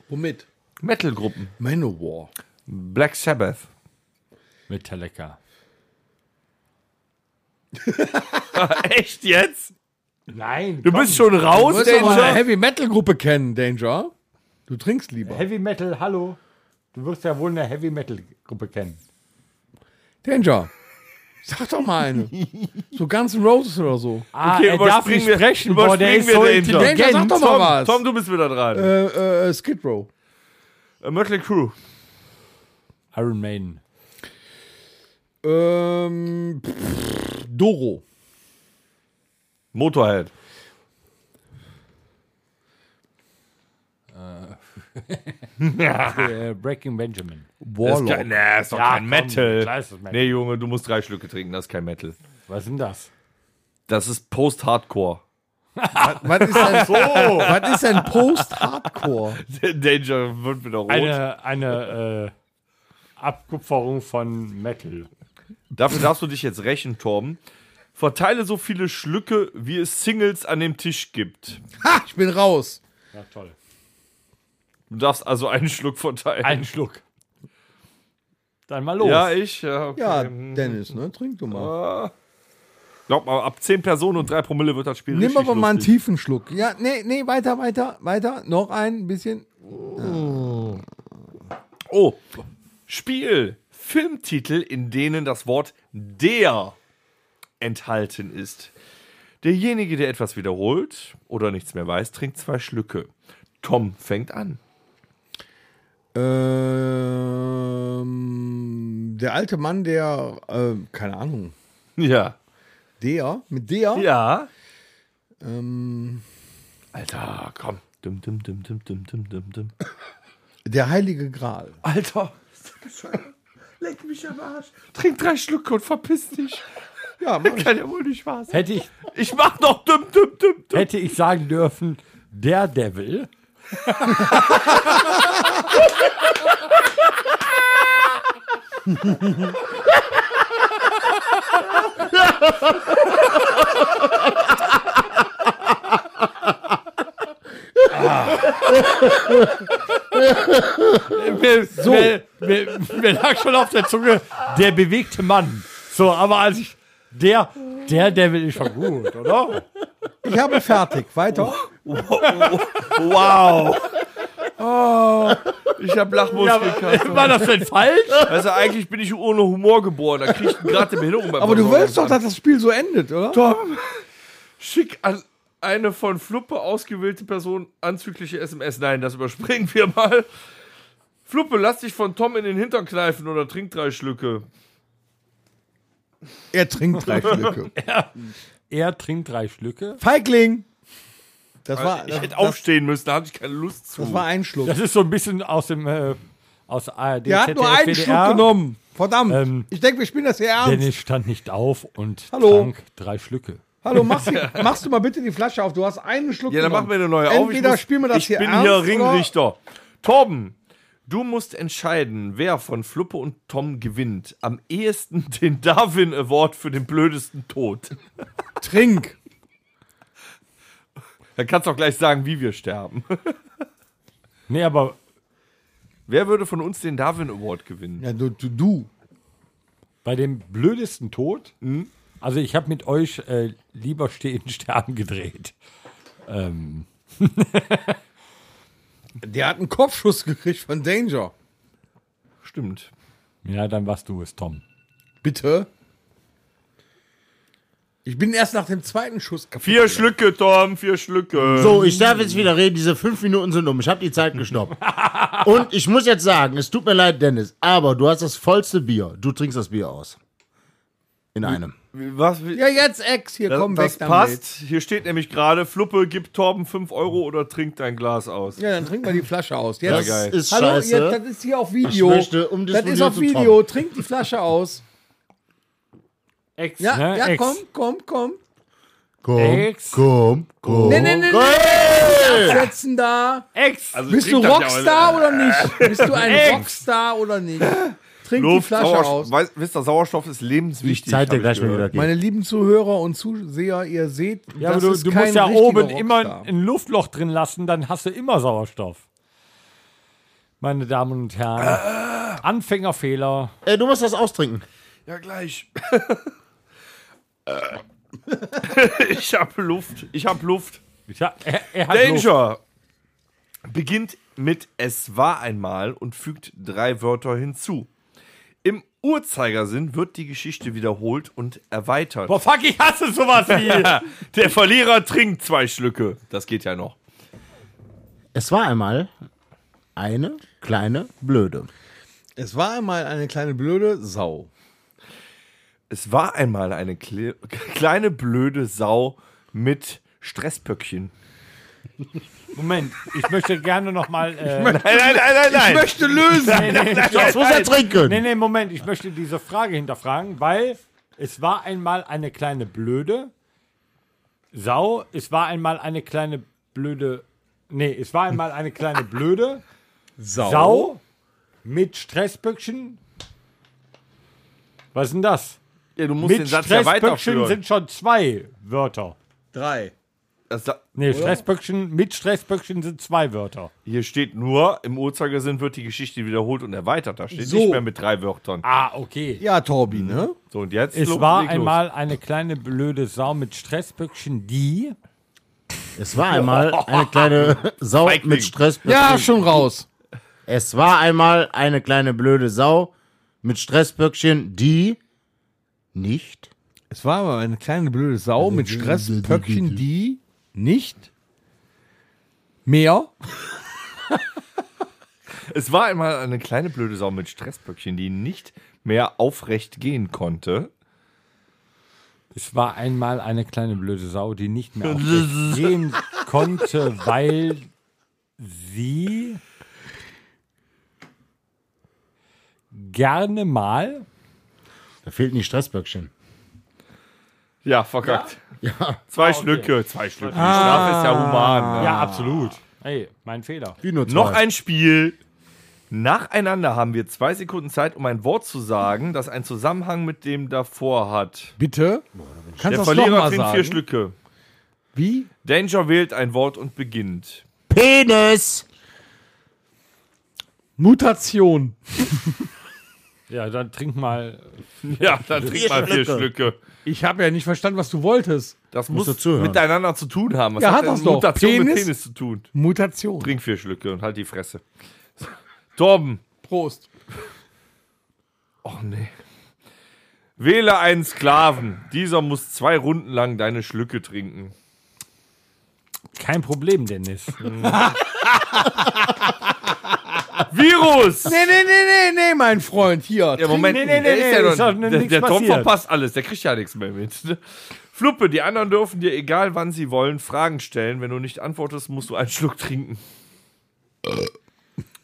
Womit?
Metal-Gruppen.
Manowar.
Black Sabbath.
oder? Metallica.
Echt jetzt?
Nein.
Du bist schon
Du
raus,
wirst doch mal eine
Danger?
Heavy Metal Gruppe kennen, Danger. Du trinkst lieber.
Heavy Metal, hallo. Du wirst ja wohl eine Heavy Metal Gruppe kennen.
Danger. Sag doch mal eine. so Guns N' Roses oder so.
Ah,
Okay,
er darf
überspringen
nicht
wir-
sprechen, boah, der
überspringen
ist
wir
so
den
intelligent.
Danger, sag doch mal
Tom,
was.
Tom, du bist wieder dran.
Äh, äh, Skid Row.
Äh, Mötley Crew.
Iron Maiden.
Ähm, pff, Doro.
Motorhead.
Äh, Breaking Benjamin.
Das ist kein, nee, ist doch
Ja,
kein
komm,
Metal.
klar ist das Metal.
Nee, Junge, du musst drei Schlücke trinken, das ist kein Metal.
Was ist denn das?
Das ist Post-Hardcore.
Was ist denn, was ist denn Post-Hardcore?
Danger wird wieder rot.
Eine, eine äh, Abkupferung von Metal.
Dafür darfst du dich jetzt rächen, Torben. Verteile so viele Schlücke, wie es Singles an dem Tisch gibt.
Ha, ich bin raus.
Ja, toll.
Du darfst also einen Schluck verteilen.
Einen Schluck. Dann mal los.
ja, ich. Ja, okay.
Ja, Dennis, ne? Trink du
Ah,
mal.
Glaub mal, ab 10 Personen und 3 Promille wird das Spiel
Nimm
richtig
aber mal einen
lustig.
tiefen Schluck. Ja, nee, nee, weiter, weiter, weiter. Noch ein bisschen.
Oh, Spiel. Filmtitel, in denen das Wort der enthalten ist. Derjenige, der etwas wiederholt oder nichts mehr weiß, trinkt zwei Schlücke. Tom fängt an.
Ähm, der alte Mann, der, ähm, keine Ahnung,
Ja.
der, mit der,
Ja.
ähm,
Alter, komm. Dum, dum, dum, dum, dum, dum, dum, dum.
der Heilige Gral.
Alter. Leck mich am Arsch. Trink drei Schlücke und verpiss dich.
Ja, mach ich.
Kann ja wohl nicht Spaß. sein.
Hätte ich,
Ich mach noch dum, dum, dum, dum.
hätte ich sagen dürfen, der Devil. Mir, so. mir, mir, mir lag schon auf der Zunge der bewegte Mann. So, aber als ich der, der Devil ist schon gut, oder?
ich habe fertig. Weiter.
Oh. Wow. Oh, Ich hab Lachmuskeln. Ja,
äh, War das denn falsch?
also eigentlich bin ich ohne Humor geboren. Da krieg ich gerade im um Hintergrund
Aber du willst
oh,
doch, dass das Spiel so endet, oder?
Tom, schick an eine von Fluppe ausgewählte Person anzügliche SMS. Nein, das überspringen wir mal. Fluppe, lass dich von Tom in den Hintern kneifen oder trink drei Schlücke.
Er trinkt drei Schlücke.
Er trinkt drei Schlücke.
Feigling! Das war,
ich
das,
hätte aufstehen müssen, da hatte ich keine Lust zu.
das war ein Schluck.
Das ist so ein bisschen aus dem äh, aus ARD.
Der hat nur
ZDF,
einen
WDR.
Schluck genommen. Verdammt.
Ähm,
ich denke, wir spielen das hier ernst.
Dennis stand nicht auf und
Hallo.
trank drei Schlücke.
Hallo, mach die, machst du mal bitte die Flasche auf. Du hast einen Schluck
ja, dann machen
genommen.
wir eine neue auf.
Entweder
muss-
spielen wir das
ich
hier
bin
ernst.
hier Ringrichter. Torben, du musst entscheiden, wer von Fluppe und Tom gewinnt. Am ehesten den Darwin Award für den blödesten Tod.
Oder trink.
Dann kannst du auch gleich sagen, wie wir sterben.
Nee, aber
Wer würde von uns den Darwin Award gewinnen?
Ja, du, du, du.
bei dem blödesten Tod,
Mhm.
also ich habe mit euch äh, lieber stehen sterben gedreht. Ähm,
Der hat einen Kopfschuss gekriegt von Danger.
Stimmt.
ja, dann warst du es, Tom.
Bitte? Ich bin erst nach dem zweiten Schuss kaputt.
Vier Schlücke, Tom, vier Schlücke.
So, ich darf jetzt wieder reden. Diese fünf Minuten sind um. Ich habe die Zeit geschnappt. Und ich muss jetzt sagen, es tut mir leid, Dennis, aber du hast das vollste Bier. Du trinkst das Bier aus. in einem.
Was,
Ja, jetzt Ex, hier
das
komm
das
weg damit.
passt. Hier steht nämlich gerade, Fluppe, gib Torben 5 Euro oder trink dein Glas aus.
Ja, dann trink mal die Flasche aus. Jetzt.
Ja, geil.
Ist
Hallo,
scheiße.
jetzt, das ist hier auf Video.
Ich möchte umdisponiert
das ist auf
zu
Video. Trink die Flasche aus.
Ex,
Ja,
ne?
ja,
Ex.
komm, komm, komm.
komm,
Ex.
komm, komm.
Nee, nee, nee, nee. Absetzen da.
Ex.
Also
Bist du
trink das ja,
Rockstar oder nicht? Bist du ein
Ex.
Rockstar oder nicht? Trink die
Luft,
Flasche
Sauerstoff,
aus.
weiß, wisst ihr, Sauerstoff ist lebenswichtig.
Die Zeit
hab
der
ich
gleich mal
gehört.
wieder geht.
Meine lieben Zuhörer und Zuseher, ihr seht,
ja, aber
das
du,
ist
du
kein
musst ja
richtiger
oben
Rockstar.
immer ein Luftloch drin lassen, dann hast du immer Sauerstoff. Meine Damen und Herren.
Ah.
Anfängerfehler.
Ey, Äh, du musst das austrinken.
Ja, gleich. Äh. ich hab Luft. Ich hab Luft.
Ja, er, er hat Luft.
Danger beginnt mit Es war einmal und fügt drei Wörter hinzu. Im Uhrzeigersinn wird die Geschichte wiederholt und erweitert.
Boah, fuck, ich hasse sowas wie.
Der Verlierer trinkt zwei Schlücke. Das geht ja noch.
Es war einmal eine kleine Blöde.
Es war einmal eine kleine blöde Sau.
Es war einmal eine kle kleine blöde Sau mit Stresspöckchen.
Moment, ich möchte gerne nochmal. Äh,
Nein, nein, nein, nein, nein.
Möchte lösen.
nee, nee, nee,
Das muss er trinken.
nee, nee, Moment, ich möchte diese Frage hinterfragen, weil es war einmal eine kleine blöde Sau, es war einmal eine kleine blöde. Nee, es war einmal eine kleine blöde
Sau.
Sau mit Stressböckchen. Was ist denn das?
Ja, du musst den
Mit
Satz ja
Stressböckchen
weiterführen.
sind schon zwei Wörter.
Drei.
Das, Sa-
Nee, Stressböckchen, mit Stressböckchen sind zwei Wörter.
hier steht nur, im Uhrzeigersinn wird die Geschichte wiederholt und erweitert. Da steht
So.
nicht mehr mit drei Wörtern.
Ah, okay.
Ja, Torbi, ne?
So, und jetzt
Es
lo-
war
leg los.
einmal eine kleine blöde Sau mit Stressböckchen, die.
Es war einmal eine kleine Sau
Feigling.
mit Stress.
Ja, schon raus.
Es war einmal eine kleine blöde Sau mit Stressböckchen, die nicht.
Es war aber eine kleine blöde Sau mit Stresspöckchen, Also die nicht mehr.
Es war einmal eine kleine blöde Sau mit Stressböckchen, die nicht mehr aufrecht gehen konnte.
Es war einmal eine kleine blöde Sau, die nicht mehr aufrecht gehen konnte, weil sie gerne mal.
Da fehlten die Stressböckchen.
Ja, verkackt. Ja. Zwei Schlücke, zwei Schlücke. Die Strafe ist ja human. ne?
Ja, absolut. Ey, mein Fehler.
Die nur zwei.
Noch ein Spiel. Nacheinander haben wir zwei Sekunden Zeit, um ein Wort zu sagen, das einen Zusammenhang mit dem davor hat.
Bitte? Kannst
Der
du das nochmal
Verlierer trinkt vier
sagen?
Schlücke.
Wie?
Danger wählt ein Wort und beginnt.
Penis.
Mutation.
Ja, dann trink mal.
Ja, dann trink mal vier
Schlücke.
Schlücke.
Ich habe ja nicht verstanden, was du wolltest.
Das
Musst
muss
du zuhören.
miteinander zu tun haben. Was
Ja, hat
denn
das doch.
Mutation mit
Penis?
Penis zu tun?
Mutation.
Trink vier Schlücke und halt die Fresse. Torben.
Prost.
Oh nee. Wähle einen Sklaven. Dieser muss zwei Runden lang deine Schlücke trinken.
Kein Problem, Dennis.
Virus!
Nee, nee, nee, nee, nee, mein Freund. Hier.
Ja, Moment,
Nee, nee, nee,
der ist
nee,
ja
ist
noch-
doch nix
der, der Tom
passiert.
verpasst alles, der kriegt ja nichts mehr mit. ne? Fluppe, die anderen dürfen dir, egal wann sie wollen, Fragen stellen. Wenn du nicht antwortest, musst du einen Schluck trinken.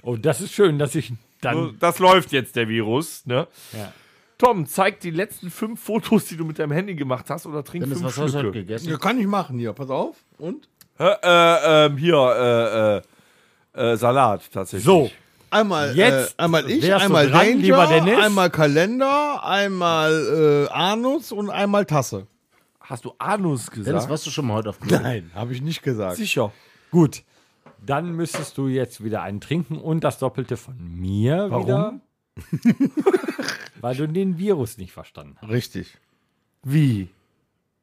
Oh, das ist schön, dass ich
So,
dann.
Das läuft jetzt, der Virus. Ne?
Ja.
Tom, zeig die letzten fünf Fotos, die du mit deinem Handy gemacht hast oder trink
Dennis,
fünf
was hast du heute
Schlücke.
gegessen?
Ja, kann ich machen hier. Pass auf. Und?
Äh, äh, ähm, hier, äh, äh, äh, Salat tatsächlich.
So,
Einmal,
Jetzt
äh, einmal ich,
wärst du
einmal
dran,
Danger,
lieber Dennis.
einmal Kalender, einmal äh, Anus und einmal Tasse.
Hast du Anus gesagt?
Dennis, warst du schon mal heute auf Klo?
Nein, habe ich nicht gesagt.
Sicher.
gut. Dann müsstest du jetzt wieder einen trinken und das Doppelte von mir Warum? wieder. Weil du den Virus nicht verstanden hast.
Richtig.
Wie?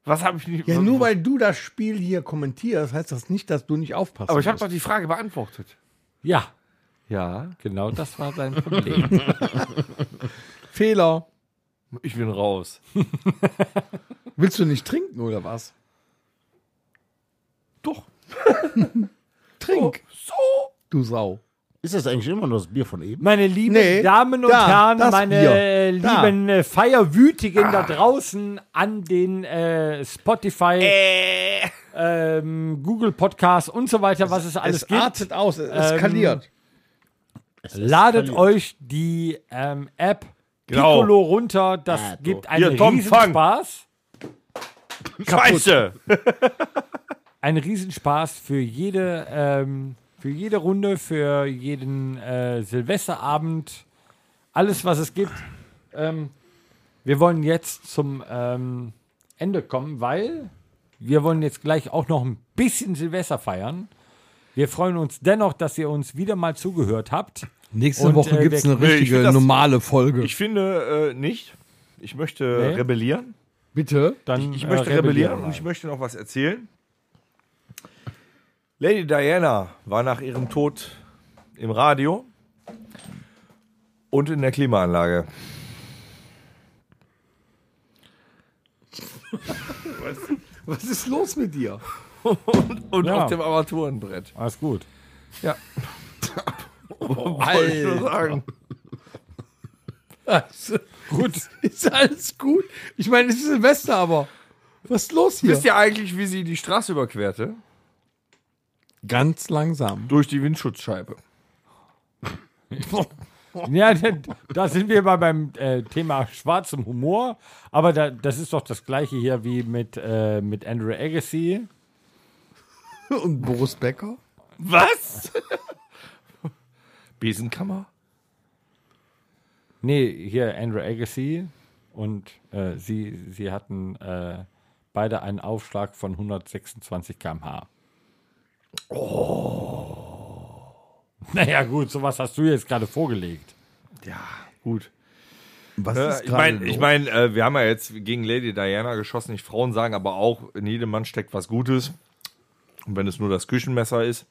Was habe ich nicht.
Ja, nur weil du das Spiel hier kommentierst, heißt das nicht, dass du nicht aufpasst.
Aber ich habe doch die Frage beantwortet.
Ja,
Ja.
genau das war dein Problem.
Fehler.
Ich bin raus.
Willst du nicht trinken oder was?
Doch.
Trink,
So.
du Sau.
Ist das eigentlich immer nur das Bier von eben?
Meine lieben
Nee,
Damen und
da,
Herren,
das
meine
Bier.
äh,
Da.
lieben äh, Feierwütigen da draußen an den äh, Spotify, ähm, Google Podcasts und so weiter, was es alles
es
gibt.
artet aus, es
ähm,
eskaliert.
Ladet
verliert.
euch die ähm, App
Genau.
Piccolo runter. Das
Ah, du.
gibt einen
Hier, Tom, fang.
Riesenspaß.
Scheiße!
Ein Riesenspaß für jede, ähm, für jede Runde, für jeden äh, Silvesterabend. Alles, was es gibt. Ähm, wir wollen jetzt zum ähm, Ende kommen, weil wir wollen jetzt gleich auch noch ein bisschen Silvester feiern. Wir freuen uns dennoch, dass ihr uns wieder mal zugehört habt.
Nächste
Und,
Woche
äh,
gibt's
der-
eine
ich
richtige,
find das-
normale Folge.
Ich finde äh, nicht. Ich möchte
Nee.
rebellieren.
Bitte?
Dann,
Ich möchte
äh,
rebellieren
wir.
und ich möchte noch was erzählen. Lady Diana war nach ihrem Tod im Radio und in der Klimaanlage.
Was ist los mit dir?
Und
Ja.
auf dem Armaturenbrett.
Alles gut.
Wollte ich nur sagen.
Gut. Ist alles gut? Ich meine, es ist Silvester, aber was ist los hier?
Wisst ihr eigentlich, wie sie die Straße überquerte?
Ganz langsam.
Durch die Windschutzscheibe.
Ja, denn da sind wir mal beim äh, Thema schwarzem Humor. Aber da, das ist doch das gleiche hier wie mit, äh, mit Andrew Agassi.
Und Boris Becker?
Was? Besenkammer?
Nee, hier Andrew Agassi. Und äh, sie, sie hatten äh, beide einen Aufschlag von 126 km/h. Oh. Naja, gut, sowas hast du jetzt gerade vorgelegt.
Ja, gut.
Was
Äh, ich
gerade
meine,
los?
ich mein, äh, wir haben ja jetzt gegen Lady Diana geschossen. Ich Frauen sagen aber auch, in jedem Mann steckt was Gutes. Und wenn es nur das Küchenmesser ist.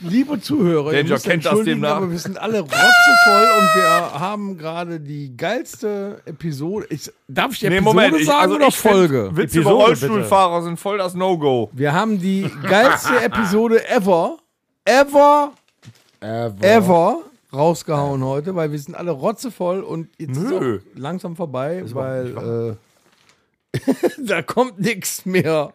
Liebe Zuhörer, ihr
Danger
müsst
kennt das
entschuldigen,
demnach.
aber wir sind alle rotzevoll und wir haben gerade die geilste Episode. Ich, darf ich Episode
ich-
sagen
also
oder
ich find,
Folge?
Witze über
Episode,
Rollstuhlfahrer sind voll das No-Go.
Wir haben die geilste Episode ever, ever, ever rausgehauen heute, weil wir sind alle rotzevoll und jetzt ist
Nö.
auch langsam vorbei, weil äh, da kommt nichts mehr.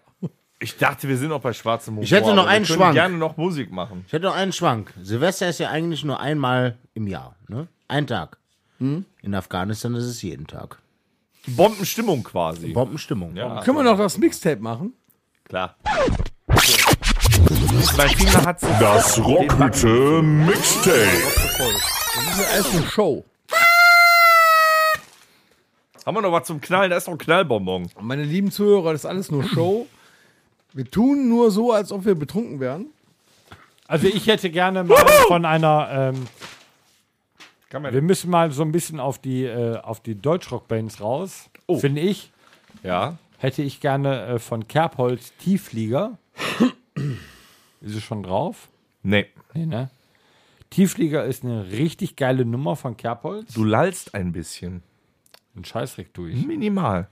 Ich dachte, wir sind noch bei schwarzem Humor.
Ich hätte noch
aber
einen
wir können
Schwank.
gerne noch Musik machen.
Ich hätte noch einen Schwank. Silvester ist ja eigentlich nur einmal im Jahr. Ne? Ein Tag. In Afghanistan ist es jeden Tag.
Bombenstimmung quasi.
Bombenstimmung.
Ja,
Können wir noch das Mixtape machen?
klar. Mein Finger hat sich
Das Rockhütte Mixtape.
Das ist erst eine Show.
Haben wir noch was zum Knallen? Da ist noch ein Knallbonbon.
Und meine lieben Zuhörer, das ist alles nur Show. Wir tun nur so, als ob wir betrunken wären.
Also ich hätte gerne mal von einer ähm,
Kann man
Wir müssen mal so ein bisschen auf die, äh, auf die Deutschrock-Bands raus. Finde ich.
Ja.
Hätte ich gerne äh, von Kerbholz Tiefflieger. ist es schon drauf?
Nee.
Nee, ne? Tiefflieger ist eine richtig geile Nummer von Kerbholz.
Du Mhm. lallst ein bisschen.
Ein Scheißreck tue ich.
Minimal. Ein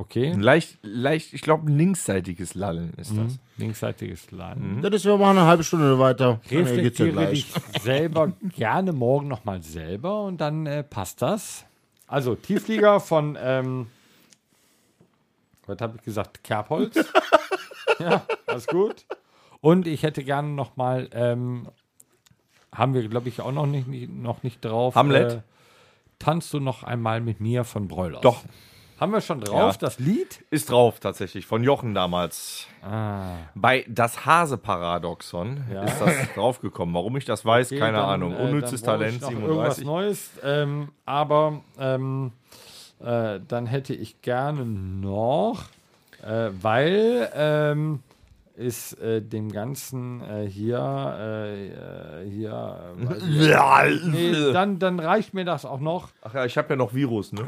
Okay.
leicht, leicht, ich glaube, ein linksseitiges Lallen ist das.
Linksseitiges Laden.
Das ist, wir machen eine halbe Stunde weiter. Dann geht's ja
Reflektiere
gleich.
dich selber gerne morgen nochmal selber und dann äh, passt das. Also Tiefflieger von, ähm, was habe ich gesagt, Kerbholz. ja, alles gut. Und ich hätte gerne nochmal, ähm, haben wir glaube ich auch noch nicht, nicht- noch nicht drauf.
Hamlet?
Äh, Tanzt du noch einmal mit mir von Broilers?
Doch.
Haben wir schon drauf,
Ja.
das Lied?
Ist drauf tatsächlich, von Jochen damals.
Ah.
Bei Das Hase-Paradoxon ist das draufgekommen. Warum ich das weiß,
Okay,
keine
dann,
Ahnung.
äh,
Unnützes
dann brauche ich
Talent
noch Irgendwas
37.
Neues, ähm, aber ähm, äh, dann hätte ich gerne noch, äh, weil ähm, ist äh, dem Ganzen äh, hier, äh, äh, hier, äh, weiß ich- nee,
Also, Ja. also,
dann, dann reicht mir das auch noch,
Ach ja, ich habe ja noch Virus, ne?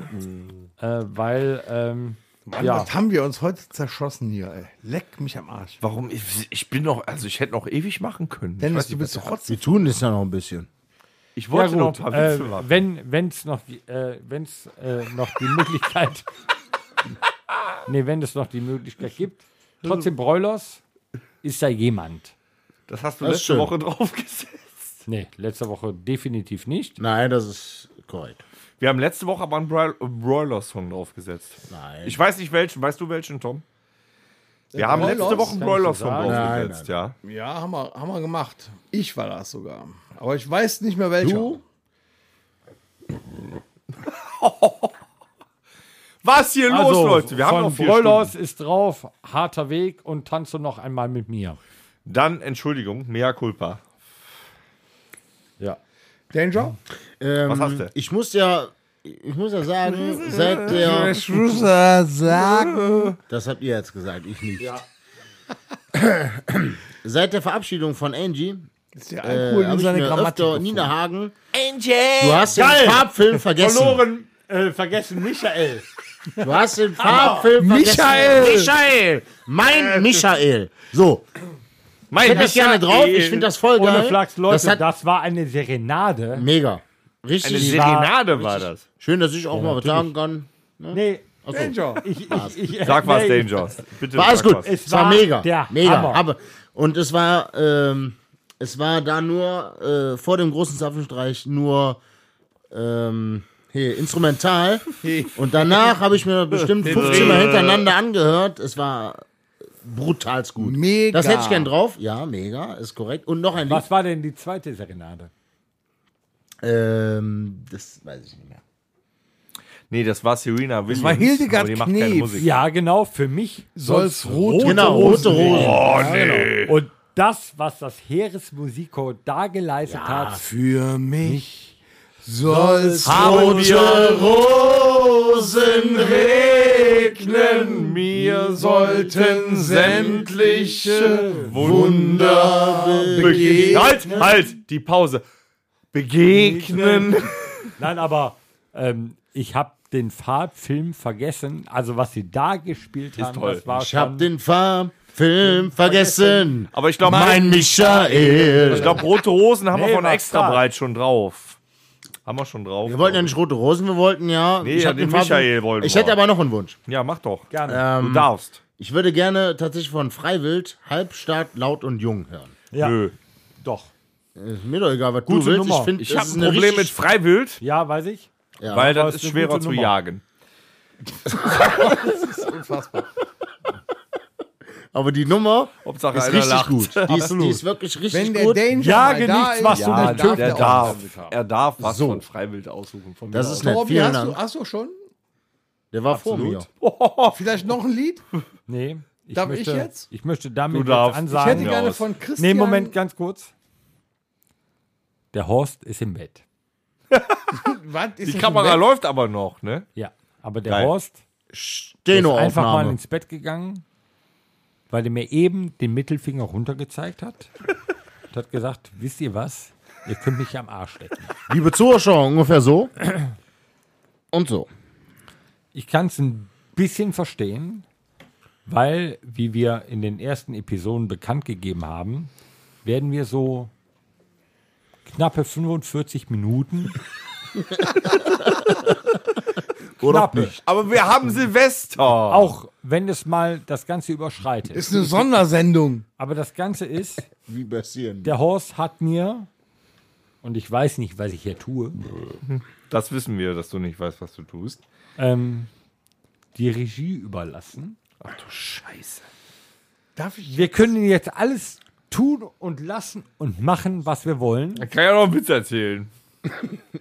äh, weil, ähm,
Mann,
ja,
was haben wir uns heute zerschossen hier, ey. Leck mich am Arsch.
Warum? Ich, ich bin noch, also ich hätte noch ewig machen können. Ich
Dennis,
weiß
du
nicht,
bist rotzig.
Wir tun das ja noch ein bisschen.
was- Ich
ja
wollte
gut,
noch ein paar
äh,
Witze machen.
wenn wenn's noch, die- äh, wenn's, äh, noch die Möglichkeit, nee, wenn es noch die Möglichkeit gibt, trotzdem Broilers, ist da jemand.
Das hast du
Das ist
letzte
schön.
Woche draufgesetzt.
Nee, letzte Woche definitiv nicht.
Nein, das ist korrekt.
Wir haben letzte Woche aber einen Bro- Broiler-Song draufgesetzt.
Nein.
Ich weiß nicht welchen. Weißt du welchen, Tom?
Äh,
Wir haben letzte
Broilers?
Woche einen
Kann ich so
Broiler-Song
sagen?
draufgesetzt, ja.
Ja, haben wir, haben wir gemacht. Ich war das sogar. Aber ich weiß nicht mehr welcher.
Du?
Was hier
Also,
los, Leute? Wir haben
von
noch vier
Broilers
Stunden.
ist drauf, harter Weg und tanze noch einmal mit mir.
Dann, Entschuldigung, mea culpa.
Ja.
Danger?
Ähm,
Was hast du?
Ich muss ja, ich muss ja sagen, seit der.
muss sagen.
Das habt ihr jetzt gesagt, ich nicht. seit der Verabschiedung von Angie
Ist ja
äh,
Alkohol in
habe ich
seine
mir
Grammatik.
öfter
gefunden.
Nina Hagen. Angie! Du hast den
Geil!
Farbfilm vergessen.
Verloren, äh, vergessen, Michael.
Du hast den Farbfilm vergessen.
Michael!
Michael! Mein Michael! So,
Mein
ich hätte das gerne drauf. Ich finde das voll geil.
Ohne Flachs, Leute,
das
das,
hat
war eine Serenade.
mega. Richtig.
Eine Serenade war das.
Schön, dass ich auch mal was sagen kann.
Nee,
Danger.
ich, ich, ich,
Sag was,
nee,
Danger. Bitte
War alles
sag
gut.
was.
Es,
Es
war,
war
mega.
der
mega.
Hammer.
Aber, und es war, ähm, es war da nur äh, vor dem großen Zapfenstreich nur ähm, hier, instrumental. und danach habe ich mir bestimmt 15 Mal hintereinander angehört. Es war brutalst gut.
Mega.
Äh, Das hätte ich gern drauf. Ja, mega, ist korrekt. Und noch ein Lied.
Was war denn die zweite Serenade?
Ähm, das weiß ich nicht mehr.
Nee, das war Serena Williams.
war Hildegard
aber die macht keine
Knef.
Musik.
Ja, genau, für mich
Soll's rot.
Genau, rote Rosen.
Oh nee.
Und das, was das Heeresmusikchor da geleistet hat,
Für mich soll's
haben
Rote Rosen
regnen, mir
sollten sämtliche
Wunder begegnen. Halt, halt, die Pause. Begegnen.
Nein, aber ähm, ich habe den Farbfilm vergessen. Also was sie da gespielt haben,
toll.
das war
Ich hab
schon.
den Farbfilm vergessen.
Aber ich glaube,
Mein
ich
Michael.
glaube, rote Hosen haben
Nee,
wir von
war
extra
stark.
breit schon drauf. Haben wir schon drauf.
Wir wollten ja nicht rote Rosen, wir wollten ja.
Nee, ja,
hab
den
Farbfilm-
Michael wollten
Ich
wir.
hätte aber noch einen Wunsch.
ja, mach doch.
Gerne.
Du darfst.
Ich würde gerne tatsächlich von Freiwild Halbstart laut und jung hören.
ja,
Nö.
doch.
Ist mir doch egal, was du
Gute
willst.
Nummer.
Ich, find,
Ich
das
habe
ist
ein
eine
Problem mit
richtig-
Freiwild,
Ja, weiß ich.
Ja.
weil
aber ist
das ist
eine
schwerer
gute
zu
Nummer.
jagen.
Aber die Nummer
Hauptsache
ist
einer
richtig
Oh, lacht.
gut. Die ist, die ist wirklich richtig
Wenn der
gut.
Danger
Ja,
mal da
nichts
ist,
machst du
ja,
nicht.
darf
Er
der
darf,
auch.
er darf was
So.
von Freiwild aussuchen. Von mir
Das
aus.
ist nett.
Torben,
Vielen
hast du,
Dank.
hast du schon?
Der war vor mir.
Vielleicht noch ein Lied?
Nee. Ich
Darf
möchte,
ich jetzt?
Ich möchte damit
Du darfst.
jetzt
Ich
ansagen.
hätte
wir
gerne
aus.
von Christian.
nee, Moment, ganz kurz. Der Horst ist im Bett.
Was? Ist
Die
das
Kamera
ein Bett?
läuft aber noch, ne?
Ja, aber der
Geil.
Horst ist einfach mal
Steno-Aufnahme.
ins Bett gegangen, weil er mir eben den Mittelfinger runtergezeigt hat und hat gesagt, wisst ihr was? Ihr könnt mich am Arsch lecken.
Liebe Zuschauer, ungefähr so. Und so.
Ich kann es ein bisschen verstehen, weil, wie wir in den ersten Episoden bekannt gegeben haben, werden wir so knappe 45 Minuten.
Oder
Knappe.
Aber wir haben Silvester.
Auch wenn es mal das Ganze überschreitet.
Ist eine Sondersendung.
Aber das Ganze ist,
Wie passieren.
der Horst hat mir, und ich weiß nicht, was ich hier tue,
Das wissen wir, dass du nicht weißt, was du tust.
ähm, die Regie überlassen.
Ach du Scheiße.
Darf ich?
Wir können jetzt alles tun und lassen und machen, was wir wollen.
Da kann ich auch noch einen Witz erzählen.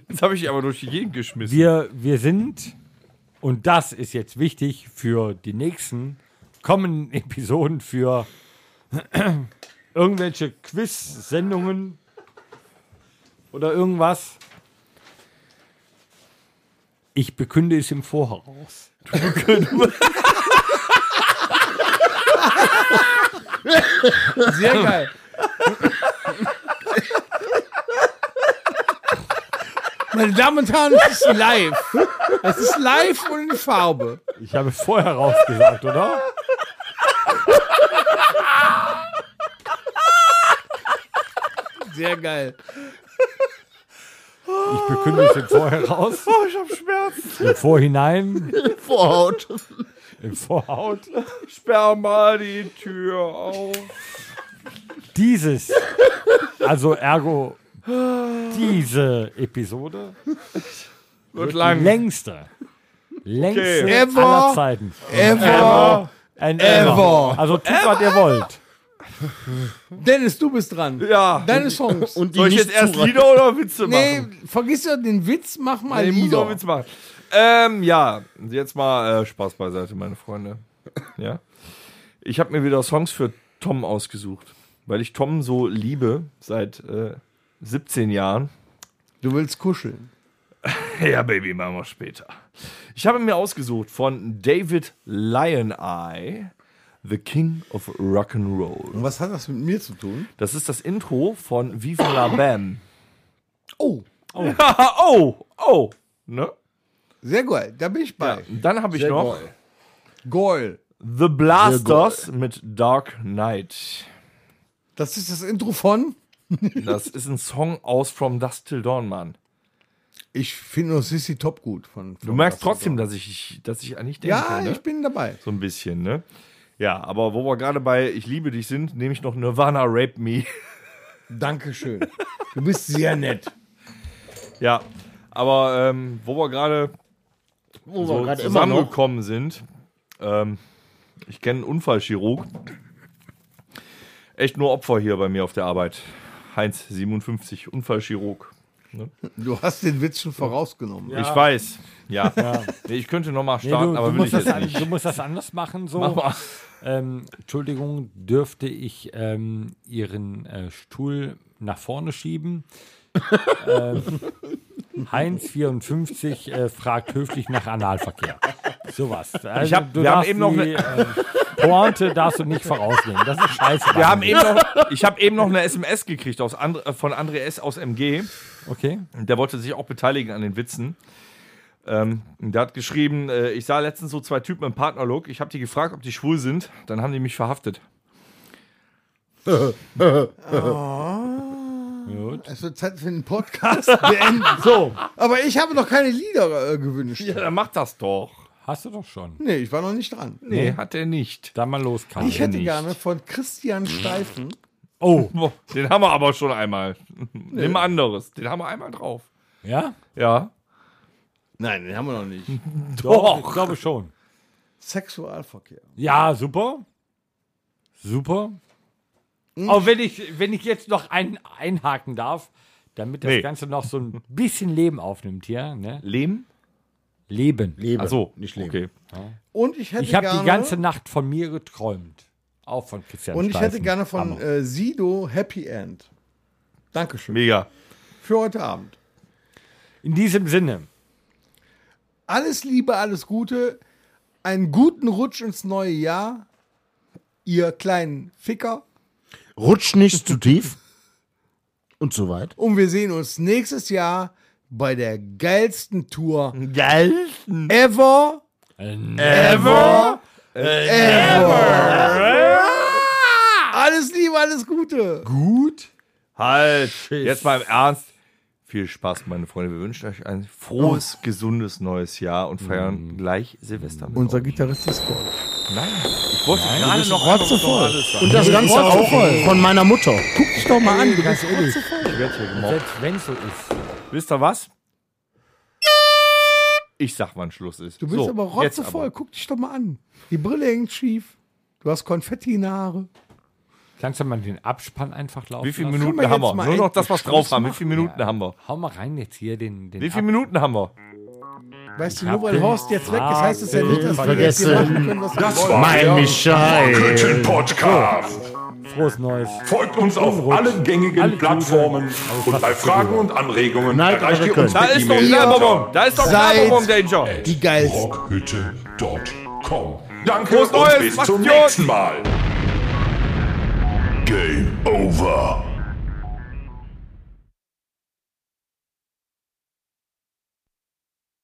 Jetzt habe ich dich aber durch die Gegend geschmissen.
Wir, wir sind, und das ist jetzt wichtig für die nächsten kommenden Episoden, für irgendwelche Quiz-Sendungen oder irgendwas. Ich bekünde es im Voraus.
Sehr geil. Meine Damen und Herren, es ist live. Es ist live und in Farbe.
Ich habe vorher rausgesagt, oder?
Sehr geil.
Ich bekünde es im Voraus.
Oh, ich habe Schmerzen.
Im Vorhinein,
Vorhaut.
im Vorhaut.
Sperr mal die Tür auf.
dieses, also ergo diese Episode,
Wird lang.
längste, längste
Okay.
Ever.
aller Zeiten.
Ever.
And
Ever.
ever. Also tut, was ihr wollt.
Dennis, du bist dran.
Ja.
Deine Songs.
Und die
Soll ich
nicht
jetzt erst
zureichen.
Lieder oder Witze
nee,
machen?
vergiss doch den Witz, mach mal
ich muss
Lieder.
auch Witze machen. Ähm, ja, jetzt mal äh, Spaß beiseite, meine Freunde. Ja. Ich habe mir wieder Songs für Tom ausgesucht, weil ich Tom so liebe seit äh, 17 Jahren.
Du willst kuscheln.
Ja, Baby, machen wir später. Ich habe mir ausgesucht von David Lion Eye, The King of Rock'n'Roll.
Und was hat das mit mir zu tun?
Das ist das Intro von Viva la Bam.
Oh,
oh, oh. Ne?
sehr geil. Da bin ich bei.
Und Dann habe ich
Sehr
noch
geil. Goal.
The Blasters mit Dark Knight.
Das ist das Intro von.
Das ist ein Song aus From Dusk Till Dawn, Mann.
Ich finde nur Sissy Top gut von.
Du merkst trotzdem, dass ich, dass ich an dich denke.
Ja,
ne?
ich bin dabei.
So ein bisschen, ne? Ja, aber wo wir gerade bei Ich liebe dich sind, nehme ich noch Nirvana Rape Me.
Dankeschön. Du bist sehr nett.
Ja, aber ähm, wo wir gerade
Wo wir
so
gerade Oh, immer noch.
zusammengekommen sind, ähm, ich kenne einen Unfallchirurg. Echt nur Opfer hier bei mir auf der Arbeit. Heinz 57, Unfallchirurg.
Du hast den Witz schon vorausgenommen.
Ich weiß. Ja. Nee, ich könnte nochmal
Nee,
starten,
du,
aber
du,
will
musst
ich
das,
jetzt
an-
nicht.
du musst das anders machen. So.
Mach mal.
Ähm, Entschuldigung, dürfte ich ähm, Ihren äh, Stuhl nach vorne schieben? ähm, Heinz 54 äh, fragt höflich nach Analverkehr. Sowas. Also,
Ich hab-
du
wir haben
darfst
eben noch
die, ähm, Pointe darfst du nicht vorausnehmen. Das ist scheiße.
Wir haben eben noch, ich habe eben noch eine SMS gekriegt aus And äh, von André S. aus MG.
Okay.
Der wollte sich auch beteiligen an den Witzen. Ähm, der hat geschrieben, äh, ich sah letztens so zwei Typen im Partnerlook. Ich habe die gefragt, ob die schwul sind. Dann haben die mich verhaftet.
Es wird Zeit für einen Podcast beenden. so. Aber ich habe noch keine Lieder äh, gewünscht.
Ja, dann macht das doch.
Hast du doch schon.
Nee, ich war noch nicht dran.
Nee, hat er nicht.
Dann mal los, Karl.
Ich Hm. hätte
nicht.
gerne von Christian Steifen.
Oh,
Boah, Den haben wir aber schon einmal. Nimm anderes. Den haben wir einmal drauf.
ja?
Ja.
Nein, den haben wir noch nicht.
Doch. Ich glaube schon.
Sexualverkehr.
Ja, super. Super.
Mhm.
Auch wenn ich, wenn ich jetzt noch ein, einhaken darf, damit das
Nee.
Ganze noch so ein bisschen Leben aufnimmt hier. Ne?
Lehm?
Leben.
Leben,
Achso,
nicht leben.
Okay.
Und ich hätte
Ich habe
gerne,
die ganze Nacht von mir geträumt. Auch von Christian
Und ich
Steifen.
hätte gerne von
Hammer.
äh, Sido Happy End. Dankeschön.
Mega.
Für heute Abend.
In diesem Sinne.
Alles Liebe, alles Gute. Einen guten Rutsch ins neue Jahr. Ihr kleinen Ficker.
Rutsch nicht zu tief und so weit.
Und wir sehen uns nächstes Jahr bei der geilsten Tour
Geilsten.
ever.
Ever.
Alles Liebe, alles Gute.
Gut.
Halt. Jetzt mal im Ernst. Viel Spaß, meine Freunde. Wir wünschen euch ein frohes,
Oh.
gesundes neues Jahr und feiern gleich Silvester mit
Mhm. Unser
euch.
Gitarrist ist voll.
Nein. Ich wollte gerade noch rotzevoll.
Und das Ganze auch von meiner Mutter.
Guck dich doch mal an, du bist ehrlich.
Selbst wenn es so ist.
Wisst ihr was? Ich sag, wann Schluss ist.
Du bist
so,
aber
jetzt
rotzevoll. Guck dich doch mal an. Die Brille hängt schief. Du hast Konfetti in den Haare.
Kannst du mal den Abspann einfach laufen
Wie viele
lassen?
Minuten
wir
haben
jetzt
wir?
mal
Nur noch
endlich
das, was drauf haben. Wie viele Minuten
Ja.
haben wir?
Hau mal rein jetzt hier den, den
Wie viele
Ab-
Minuten haben wir?
Weißt du,
hab
nur weil
den
Horst jetzt weg ist, heißt es ja nicht, dass wir jetzt hier
vergessen.
machen können, was wir wollen.
Mein Michael.
Köthen Podcast.
Frohes Neues.
Folgt uns auf allen gängigen
Alle Gute.
Plattformen und bei Fragen und Anregungen
Nein,
erreicht ihr
aber
uns
wir
Da
per
ist noch ein
E-Mail
Knallbonbon. Da ist noch ein
Seid-
Knallbonbon, Danger.
Die geilsten.
rockhütte.com. Danke
Prost,
und
Neues,
bis
macht's
zum
gut.
nächsten Mal. Game over.